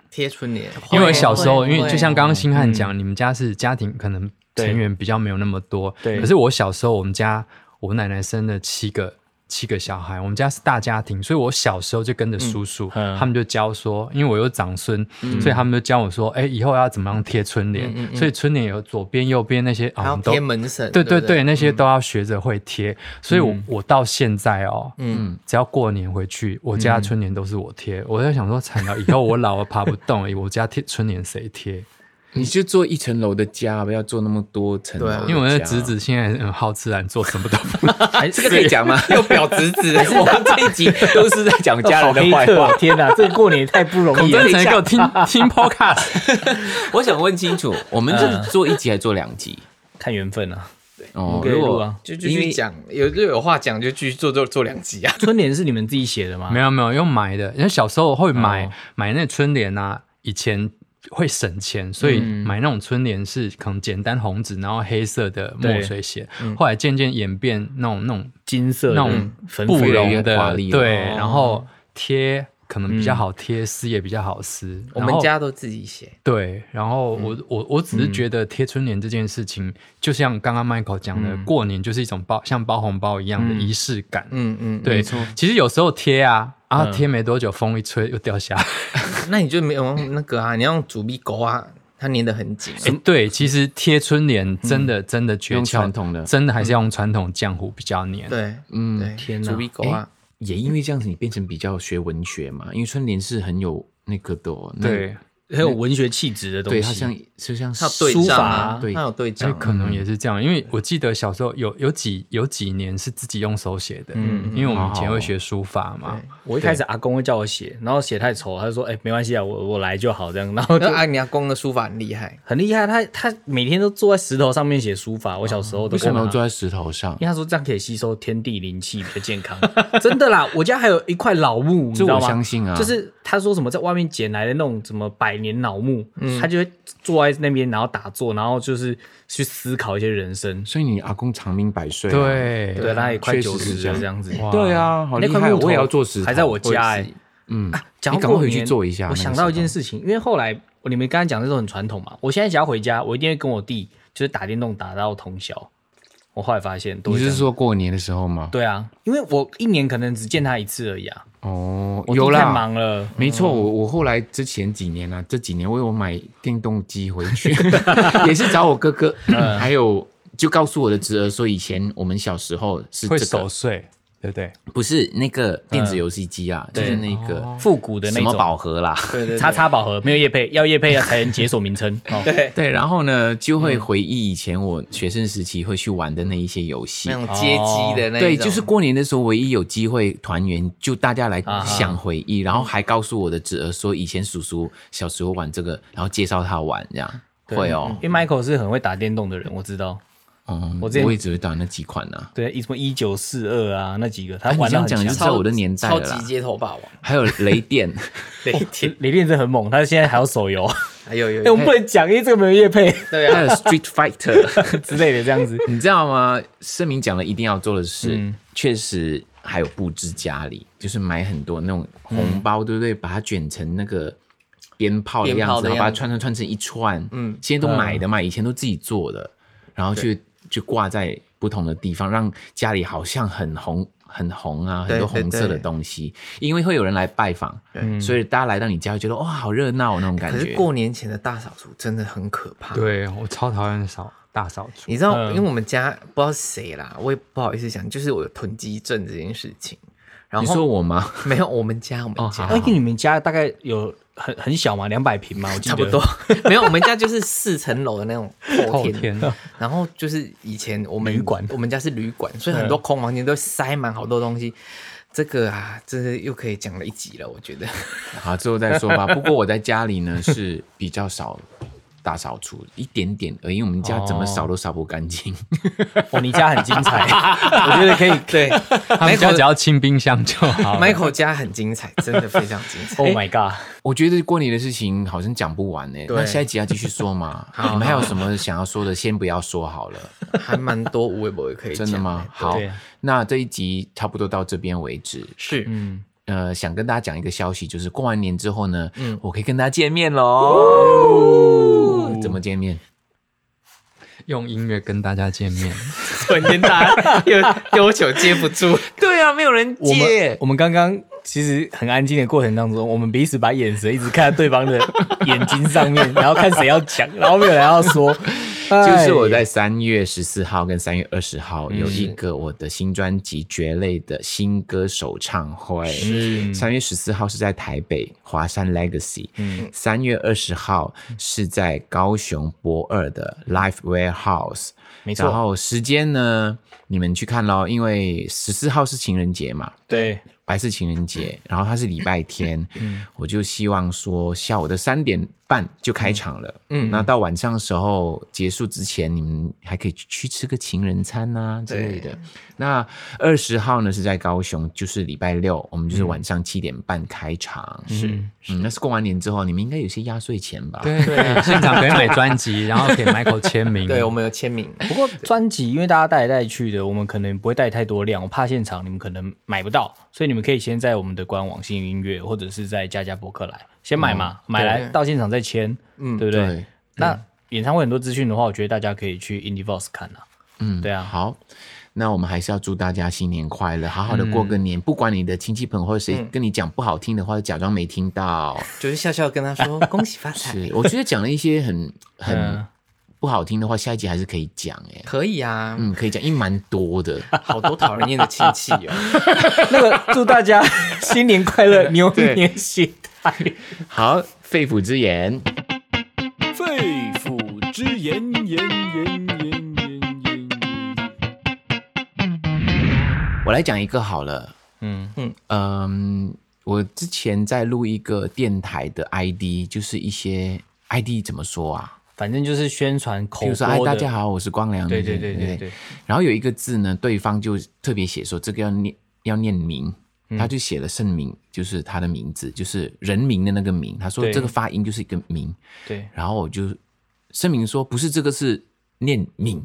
Speaker 1: 贴春联，
Speaker 5: 因为小时候，
Speaker 1: 会啊
Speaker 5: 因为就像刚刚星汉
Speaker 4: 嗯
Speaker 5: 讲，你们家是家庭可能
Speaker 4: 对
Speaker 5: 成员比较没有那么多，
Speaker 4: 对
Speaker 5: 可是我小时候，我们家我奶奶生了七个七个小孩，我们家是大家庭，所以我小时候就跟着叔叔，
Speaker 4: 嗯
Speaker 5: 他们就教说，因为我有长孙，所以他们就教我说，哎，以后要怎么样贴春联，
Speaker 4: 嗯
Speaker 5: 所以春联有左边右边那些
Speaker 1: 还
Speaker 5: 啊，我
Speaker 1: 要
Speaker 5: 们都
Speaker 1: 贴门神，
Speaker 5: 对
Speaker 1: 对
Speaker 5: 对
Speaker 1: 不
Speaker 5: 对，，那些都要学着会贴。所以我，我到现在哦，嗯，只要过年回去，我家春联都是我贴。我在想说，惨了，以后我老了爬不动了，我家贴春联谁贴？
Speaker 2: 你就做一层楼的家，不要做那么多层楼
Speaker 1: 对
Speaker 2: 的
Speaker 1: 啊
Speaker 2: 家。
Speaker 5: 因为我那 侄子现在很好吃懒做，什么都不
Speaker 2: 还哎这个可以讲 吗？
Speaker 1: 又表侄子，
Speaker 2: 我们这一集都是在讲家人的 坏话
Speaker 4: 哦。天哪，这个过年也太不容易了。
Speaker 5: 真给我 听听 podcast。
Speaker 2: 我想问清楚，我们这是做一集还是做两集？
Speaker 4: 嗯看缘分啊。
Speaker 2: 哦，
Speaker 4: 可以
Speaker 2: 如
Speaker 4: 录
Speaker 2: 果
Speaker 4: 啊
Speaker 1: 就就去讲，有就有话讲，就继续做做做两集啊。
Speaker 4: 春联是你们自己写的吗？
Speaker 5: 没有没有，用买的，因为小时候会买、
Speaker 4: 哦
Speaker 5: 买那春联啊，以前。会省钱，所以买那种春联是可能简单红纸，然后黑色的墨
Speaker 4: 对
Speaker 5: 水写。后来渐渐演变那种那种
Speaker 4: 金色的
Speaker 5: 那种
Speaker 4: 粉
Speaker 5: 布
Speaker 4: 粉
Speaker 2: 容
Speaker 5: 绒
Speaker 2: 越华
Speaker 5: 的，
Speaker 2: 丽了
Speaker 5: 对，
Speaker 2: 哦
Speaker 5: 然后贴可能比较好贴，撕也比较好撕。
Speaker 1: 我
Speaker 5: 然
Speaker 1: 们
Speaker 5: 后
Speaker 1: 家都自己写，
Speaker 5: 对，然后
Speaker 2: 嗯
Speaker 5: 我我我只是觉得贴春联这件事情，就像刚刚 Michael 讲的，
Speaker 2: 嗯
Speaker 5: 过年就是一种包像包红包一样的仪式感。
Speaker 1: 嗯嗯，
Speaker 5: 对，其实有时候贴啊
Speaker 2: 嗯
Speaker 5: 啊贴没多久，风一吹又掉下来。
Speaker 1: 那你就没有用那个啊，你要用主力钩啊，它粘得很紧啊。
Speaker 5: 哎， 对，其实贴春联真的真的诀
Speaker 2: 嗯用
Speaker 5: 窍，
Speaker 2: 传统的
Speaker 5: 真的还是要用传统浆糊比较黏。
Speaker 1: 对，
Speaker 2: 嗯
Speaker 1: 对，
Speaker 4: 天哪
Speaker 1: 主力钩
Speaker 5: 哎
Speaker 1: 啊，
Speaker 2: 也因为这样子，你变成比较学文学嘛，因为春联是很有那个的、哦，那
Speaker 5: 对，
Speaker 4: 很有文学气质的东西。
Speaker 2: 对，它像就像
Speaker 1: 它有对
Speaker 2: 书
Speaker 1: 仗
Speaker 2: 法
Speaker 1: 啊
Speaker 2: 啊，，对
Speaker 1: 它，有对
Speaker 5: 哎，
Speaker 1: 仗啊，
Speaker 5: 可能也是这样，因为我记得小时候有有几有几年是自己用手写的，嗯，因为我们以前会学书法嘛，
Speaker 4: 我一开始阿公会叫我写，然后写太丑，他就说：“哎、没关系啊，我我来就好。”这样，然后就
Speaker 1: 那啊阿尼亚公的书法很厉害，
Speaker 4: 很厉害。他他每天都坐在石头上面写书法。我小时候都
Speaker 2: 为什么
Speaker 5: 啊
Speaker 2: 要
Speaker 4: 跟他
Speaker 2: 坐在石头上
Speaker 4: 因？为他说这样可以吸收天地灵气，比较健康。真的啦，我家还有一块老木，你
Speaker 2: 这
Speaker 4: 知道
Speaker 2: 我
Speaker 4: 吗
Speaker 2: 相？信啊，
Speaker 4: 就是他说什么在外面捡来的那种什么百年老木，
Speaker 2: 嗯
Speaker 4: 他就会坐在那边，然后打坐，然后就是去思考一些人生。
Speaker 2: 所以你阿公长命百岁、啊。
Speaker 5: 对
Speaker 4: 对，他也快
Speaker 2: 确实
Speaker 4: 九
Speaker 2: 是
Speaker 4: 十
Speaker 2: 这
Speaker 4: 了
Speaker 2: 样
Speaker 4: 这样子。
Speaker 5: 哇
Speaker 2: 对啊，好
Speaker 4: 那
Speaker 2: 厉
Speaker 4: 块
Speaker 2: 害！
Speaker 4: 木头
Speaker 2: 我也要做石头，
Speaker 4: 还在我家哎、
Speaker 2: 嗯，
Speaker 4: 讲
Speaker 2: 你
Speaker 4: 到
Speaker 2: 赶快
Speaker 4: 过
Speaker 2: 回去
Speaker 4: 年
Speaker 2: 做一下
Speaker 4: 我
Speaker 2: 那个
Speaker 4: 想
Speaker 2: 石
Speaker 4: 到一
Speaker 2: 头
Speaker 4: 件事情，因为后来你们刚才讲的这种很传统嘛，我现在只要回家，我一定会跟我弟就是打电动打到通宵。我后来发现，都
Speaker 2: 你
Speaker 4: 会这
Speaker 2: 是
Speaker 4: 样
Speaker 2: 说过年的时候吗？
Speaker 4: 对啊，因为我一年可能只见他一次而已啊，
Speaker 2: 哦，
Speaker 4: 我弟
Speaker 2: 有
Speaker 4: 太
Speaker 2: 啦，
Speaker 4: 忙嗯了。
Speaker 2: 没错，我我后来之前几年啊，这几年我有买电动机回去， 也是找我哥哥，
Speaker 4: 嗯
Speaker 2: 还有就告诉我的侄儿说，以前我们小时候是
Speaker 5: 会
Speaker 2: 这
Speaker 5: 守
Speaker 2: 个，
Speaker 5: 岁，对不对？
Speaker 2: 不是那个电子游戏机
Speaker 4: 嗯
Speaker 2: 啊，就是那个
Speaker 4: 复古哦的那
Speaker 2: 什么
Speaker 4: 种，
Speaker 2: 宝盒啦，
Speaker 1: 对对
Speaker 4: 叉叉宝盒没有 叶配，要叶配要才能解锁名称。哦，
Speaker 1: 对，
Speaker 2: 对，然后呢就
Speaker 4: 嗯
Speaker 2: 会回忆以前我学生时期会去玩的那一些游戏
Speaker 1: 那，种街机的那一种，
Speaker 2: 对，就是过年的时候，唯一有机会团圆，就大家来
Speaker 4: 啊哈
Speaker 2: 想回忆，然后还告诉我的侄儿说，以前叔叔小时候玩这个，然后介绍他玩这样。
Speaker 4: 对
Speaker 2: 会哦，
Speaker 4: 因为 Michael 是很会打电动的人，我知道。
Speaker 2: 嗯，
Speaker 4: 我
Speaker 2: 我
Speaker 4: 之前
Speaker 2: 我也只会打那几款呐、啊。
Speaker 4: 对，一什么一九四二啊那几个，他
Speaker 2: 啊你
Speaker 4: 玩
Speaker 2: 这
Speaker 4: 的
Speaker 2: 样
Speaker 4: 很
Speaker 2: 讲就
Speaker 4: 强
Speaker 2: 知。道我的年代
Speaker 1: 超
Speaker 2: 了
Speaker 1: 级
Speaker 2: 啦。
Speaker 1: 街头霸王，
Speaker 2: 还有雷电，
Speaker 1: 对，
Speaker 4: 李炼真的很猛，他现在还有 手游。
Speaker 1: 还有有
Speaker 4: 哎，我们不能讲，因为这个没有叶配
Speaker 1: 对啊，
Speaker 2: 还有 Street Fighter，
Speaker 4: 之类的 这样子。
Speaker 2: 你知道吗？声明讲了一定要做的事，
Speaker 1: 嗯
Speaker 2: 确实还有布置家里，就是买很多那种
Speaker 1: 嗯
Speaker 2: 红包，对不对？把它卷成那个鞭炮的
Speaker 1: 鞭
Speaker 2: 样
Speaker 1: 炮
Speaker 2: 子，
Speaker 1: 的
Speaker 2: 然后把它
Speaker 1: 样子
Speaker 2: 串串串成一串。
Speaker 1: 嗯
Speaker 2: 嗯，现在都买的嘛，以前都自己做的，然后去去挂在不同的地方，让家里好像很红。很红啊，
Speaker 1: 对
Speaker 2: 很多红色
Speaker 1: 对
Speaker 2: 的
Speaker 1: 对
Speaker 2: 东西，因为会有人来拜访，所以大家来到你家，会觉得哇、好热闹那种感
Speaker 1: 哎可
Speaker 2: 觉
Speaker 1: 是。过年前的大扫除真的很可怕，。
Speaker 5: 对我超讨厌扫大扫除。
Speaker 1: 你知道，
Speaker 4: 嗯
Speaker 1: 因为我们家不知道谁啦，我也不好意思讲，就是我有囤积症这件事情。然
Speaker 2: 你
Speaker 1: 后
Speaker 2: 说我吗？
Speaker 1: 没有，我们家我们
Speaker 5: 哦
Speaker 1: 家、
Speaker 5: 好
Speaker 4: 哎，你们家大概有很很小嘛，两百平嘛，我 记得
Speaker 1: 差不多。，没有，我们家就是四层楼的那种后
Speaker 5: 后
Speaker 1: 天。
Speaker 5: 天，
Speaker 1: 然后就是以前我们
Speaker 4: 旅馆
Speaker 1: 我们家是旅馆，所以很多空房间都塞满好多东西。这个啊，真的又可以讲了一集了，我觉得。
Speaker 2: 好，之后再说吧。不过我在家里呢是比较少大扫除，一点点而已。因为我们家怎么扫都扫不干净。
Speaker 4: 哦，你家很精彩，我觉得可以。
Speaker 1: 对
Speaker 5: 他们家只
Speaker 1: ，Michael
Speaker 5: 要清冰箱就好了。
Speaker 1: Michael 家很精 彩，真的非常精彩。
Speaker 2: 哦哎
Speaker 4: Oh my god！
Speaker 2: 我觉得过年的事情好像讲不完呢、
Speaker 1: 对
Speaker 2: 那下一集要继续 说嘛？你们还有什么想要说的，先不要说好了，
Speaker 1: 还蛮多微博也可以讲欸
Speaker 2: 真的吗？？好
Speaker 4: 对，
Speaker 2: 那这一集差不多到这边为止。
Speaker 1: 是，
Speaker 2: 呃，想跟大家讲一个消息，就是过完年之后呢，
Speaker 1: 嗯
Speaker 2: 我可以跟大家见面喽。怎么见面？
Speaker 5: 用音乐跟大家见面，
Speaker 1: 瞬间大家又丢球接不住。
Speaker 2: 对啊，没有人
Speaker 4: 我们我们刚刚其实很安静的过程当中，我们彼此把眼神一直看在对方的眼睛上 面，然后看谁要讲，然后没有人要说。
Speaker 2: 就是我
Speaker 4: 哎嗯
Speaker 2: 在三月十四号跟三月二十号有一个我的新专辑《蕨类》的新歌首唱会。三月十四号是在台北华山 Legacy，三、
Speaker 4: 嗯
Speaker 2: 月二十号是在高雄博二的 Life Warehouse。
Speaker 4: 没错
Speaker 2: 然后时间呢，你们去看咯，因为十四号是情人节嘛，
Speaker 4: 对，
Speaker 2: 白色情人节，然后它是礼拜天， 我就希望说下午的三点半就开场了，嗯，那到晚上的时候结束之前，你们还可以去吃个情人餐呐、之类的。那二十号呢是在高雄，就是礼拜六，我们就是晚上七点半开场，是，嗯，那是过完年之后，你们应该有些压岁钱吧？
Speaker 5: 对对，现场可以买专辑，然后给 Michael 签名。
Speaker 2: 嗯
Speaker 1: 对，我们有签 名。
Speaker 4: 不过专辑因为大家带来带去的，我们可能不会带太多量，我怕现场你们可能买不到，所以你们可以先在我们的官网、新音乐或者是在佳佳博客来先买嘛，买来到现场再签，嗯，对不对？
Speaker 2: 嗯对
Speaker 4: 那演唱会很多资讯的话，我觉得大家可以去 IndieVox 看 啊。嗯，对啊，
Speaker 2: 好，那我们还是要祝大家新年快乐，好好的过个年。不管你的亲戚朋友或者谁跟你讲不好听的话，假装没听到。
Speaker 1: 就是笑笑跟他说恭喜发财，
Speaker 2: 是，我觉得讲了一些 很
Speaker 4: 嗯
Speaker 2: 很不好听的话，下一集还是可以讲哎、
Speaker 1: 可以啊，
Speaker 2: 嗯，可以讲，因为蛮多 的。
Speaker 1: 好多讨人厌的亲戚 哦。
Speaker 4: 那个祝大家 新年快乐，牛年行大运。
Speaker 2: 好，肺腑之言，
Speaker 6: 肺腑之言，言言言言言言言。
Speaker 2: 我来讲一个好了。
Speaker 4: 嗯
Speaker 2: 嗯，我之前在录一个电台的 ID，就是一些 ID 怎么说啊？
Speaker 4: 反正就是宣传口
Speaker 2: 比如
Speaker 4: 播
Speaker 2: 说，哎，
Speaker 4: 的，
Speaker 2: 大家好，我是光良。
Speaker 4: 对
Speaker 2: 对
Speaker 4: 对对对对
Speaker 2: 然后有一个字呢，对方就特别写说这个要念要念明，
Speaker 4: 嗯
Speaker 2: 他就写了圣名，就是他的名字，就是人名的那个名。他说
Speaker 4: 对
Speaker 2: 这个发音就是一个名，
Speaker 4: 对，
Speaker 2: 然后我就声明说不是这个是念名，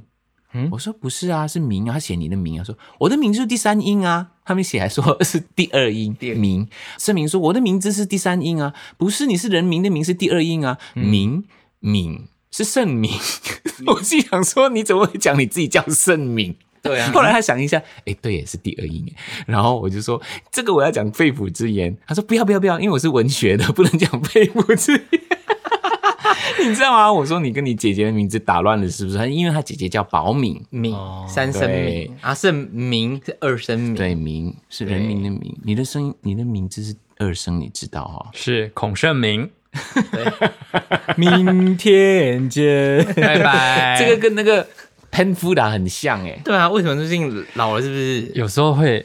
Speaker 2: 我说不是啊，是名啊，他写你的名啊，说我的名就是第三音啊，他们写还说 是第二音名，声明说我的名字是第三音啊，不是你是人名的名是第二音啊，名名是圣名， 我心想说你怎么会讲你自己叫圣名？
Speaker 1: 对啊
Speaker 2: 后来他想一下，哎，对耶，是第二音耶。然后我就说，这个我要讲肺腑之言。他说不要不要不要，因为我是文学的，不能讲肺腑之言。 你知道吗？我说你跟你姐姐的名字打乱了，是不是？因为她姐姐叫宝敏，
Speaker 1: 敏三声敏
Speaker 2: 哦对
Speaker 1: 啊，是明是二声敏，
Speaker 2: 对，名是人民的名。你的声音，你的名字是二声，你知道哈、
Speaker 5: 是孔圣明，
Speaker 4: 明天见。
Speaker 5: 拜拜。
Speaker 2: 这个跟那个喷夫达很像哎。
Speaker 1: 对啊，为什么最近老了是不是？
Speaker 5: 有时候会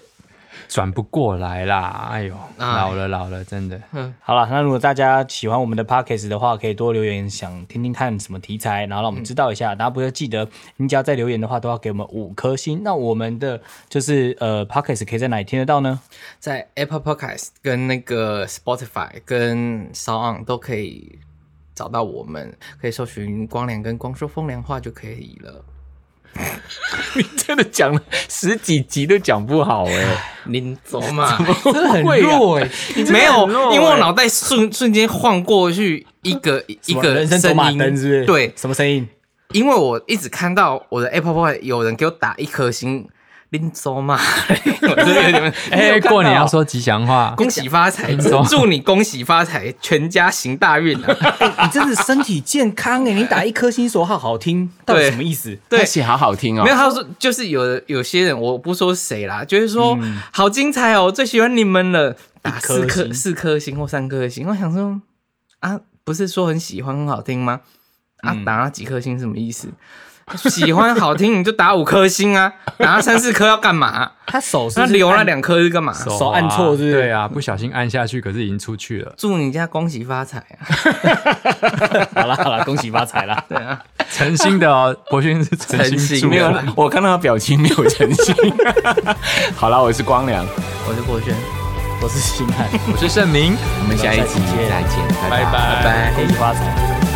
Speaker 5: 转不过来啦，哎呦，
Speaker 1: 哎
Speaker 5: 老了老了，真的。
Speaker 4: 好了，那如果大家喜欢我们的 podcast 的话，可以多留言，想听听看什么题材，然后让我们知道一下。大家不要记得，你只要再留言的话，都要给我们五颗星。那我们的就是呃 podcast 可以在哪里听得到呢？
Speaker 1: 在 Apple Podcast 跟那个 Spotify 跟 Sound On 都可以找到我们，可以搜寻“光良”跟“光说风凉话”就可以了。
Speaker 2: 你 真的讲了十几集都讲不好哎，
Speaker 1: 您走 嘛，
Speaker 2: 真的很弱哎。
Speaker 1: 没有，因为我脑袋瞬瞬间晃过去一 个一
Speaker 4: 什么
Speaker 1: 个
Speaker 4: 人生走
Speaker 1: 声
Speaker 4: 马
Speaker 1: 音，
Speaker 4: 灯是不是？
Speaker 1: 对，
Speaker 4: 什么 声音？
Speaker 1: 因为我一直看到我的 Apple Watch 有人给我打一颗星，林州嘛， 我真的有点
Speaker 5: 哎，过年要说吉祥话，
Speaker 1: 恭喜发财，
Speaker 5: 州
Speaker 1: 祝 你恭喜发财，全家行大运 啊！
Speaker 4: 你真的身体健康哎、你打一颗星说好好听，到底
Speaker 1: 对
Speaker 4: 什么意思？
Speaker 1: 对
Speaker 2: 他，写好好听哦
Speaker 1: 没有，。他说就是有的有些人，我不说谁啦，就是说、好精彩哦，我最喜欢你们了，打
Speaker 4: 嗯颗
Speaker 1: 四颗
Speaker 4: 星
Speaker 1: 四颗星或三颗星，我想说啊，不是说很喜欢很好听吗？啊，
Speaker 4: 嗯
Speaker 1: 打那几颗星什么意思？喜欢好听你就打五颗星啊，打那三四颗要干嘛？
Speaker 4: 他手是
Speaker 1: 那
Speaker 4: 不是
Speaker 1: 留那
Speaker 4: 按
Speaker 1: 两颗是干嘛？
Speaker 5: 啊
Speaker 4: 手按错是不是
Speaker 5: 对啊，不小心按下去，可是已经出去了。
Speaker 1: 祝你家恭喜发财啊！
Speaker 4: 好啦好啦，恭喜发财啦！
Speaker 1: 对啊，
Speaker 5: 诚心的哦，博勋是诚
Speaker 1: 诚
Speaker 5: 心
Speaker 1: 心
Speaker 5: 祝
Speaker 2: 没有
Speaker 5: 福。
Speaker 2: 啦，我看到他表情没有诚心。 好啦，我是光良，我
Speaker 1: 我是国轩，
Speaker 4: 我是星汉，
Speaker 5: 我是盛明。
Speaker 2: 们下一集
Speaker 4: 下一集见
Speaker 2: 再见，拜拜。
Speaker 1: 拜拜。
Speaker 4: 恭喜发财。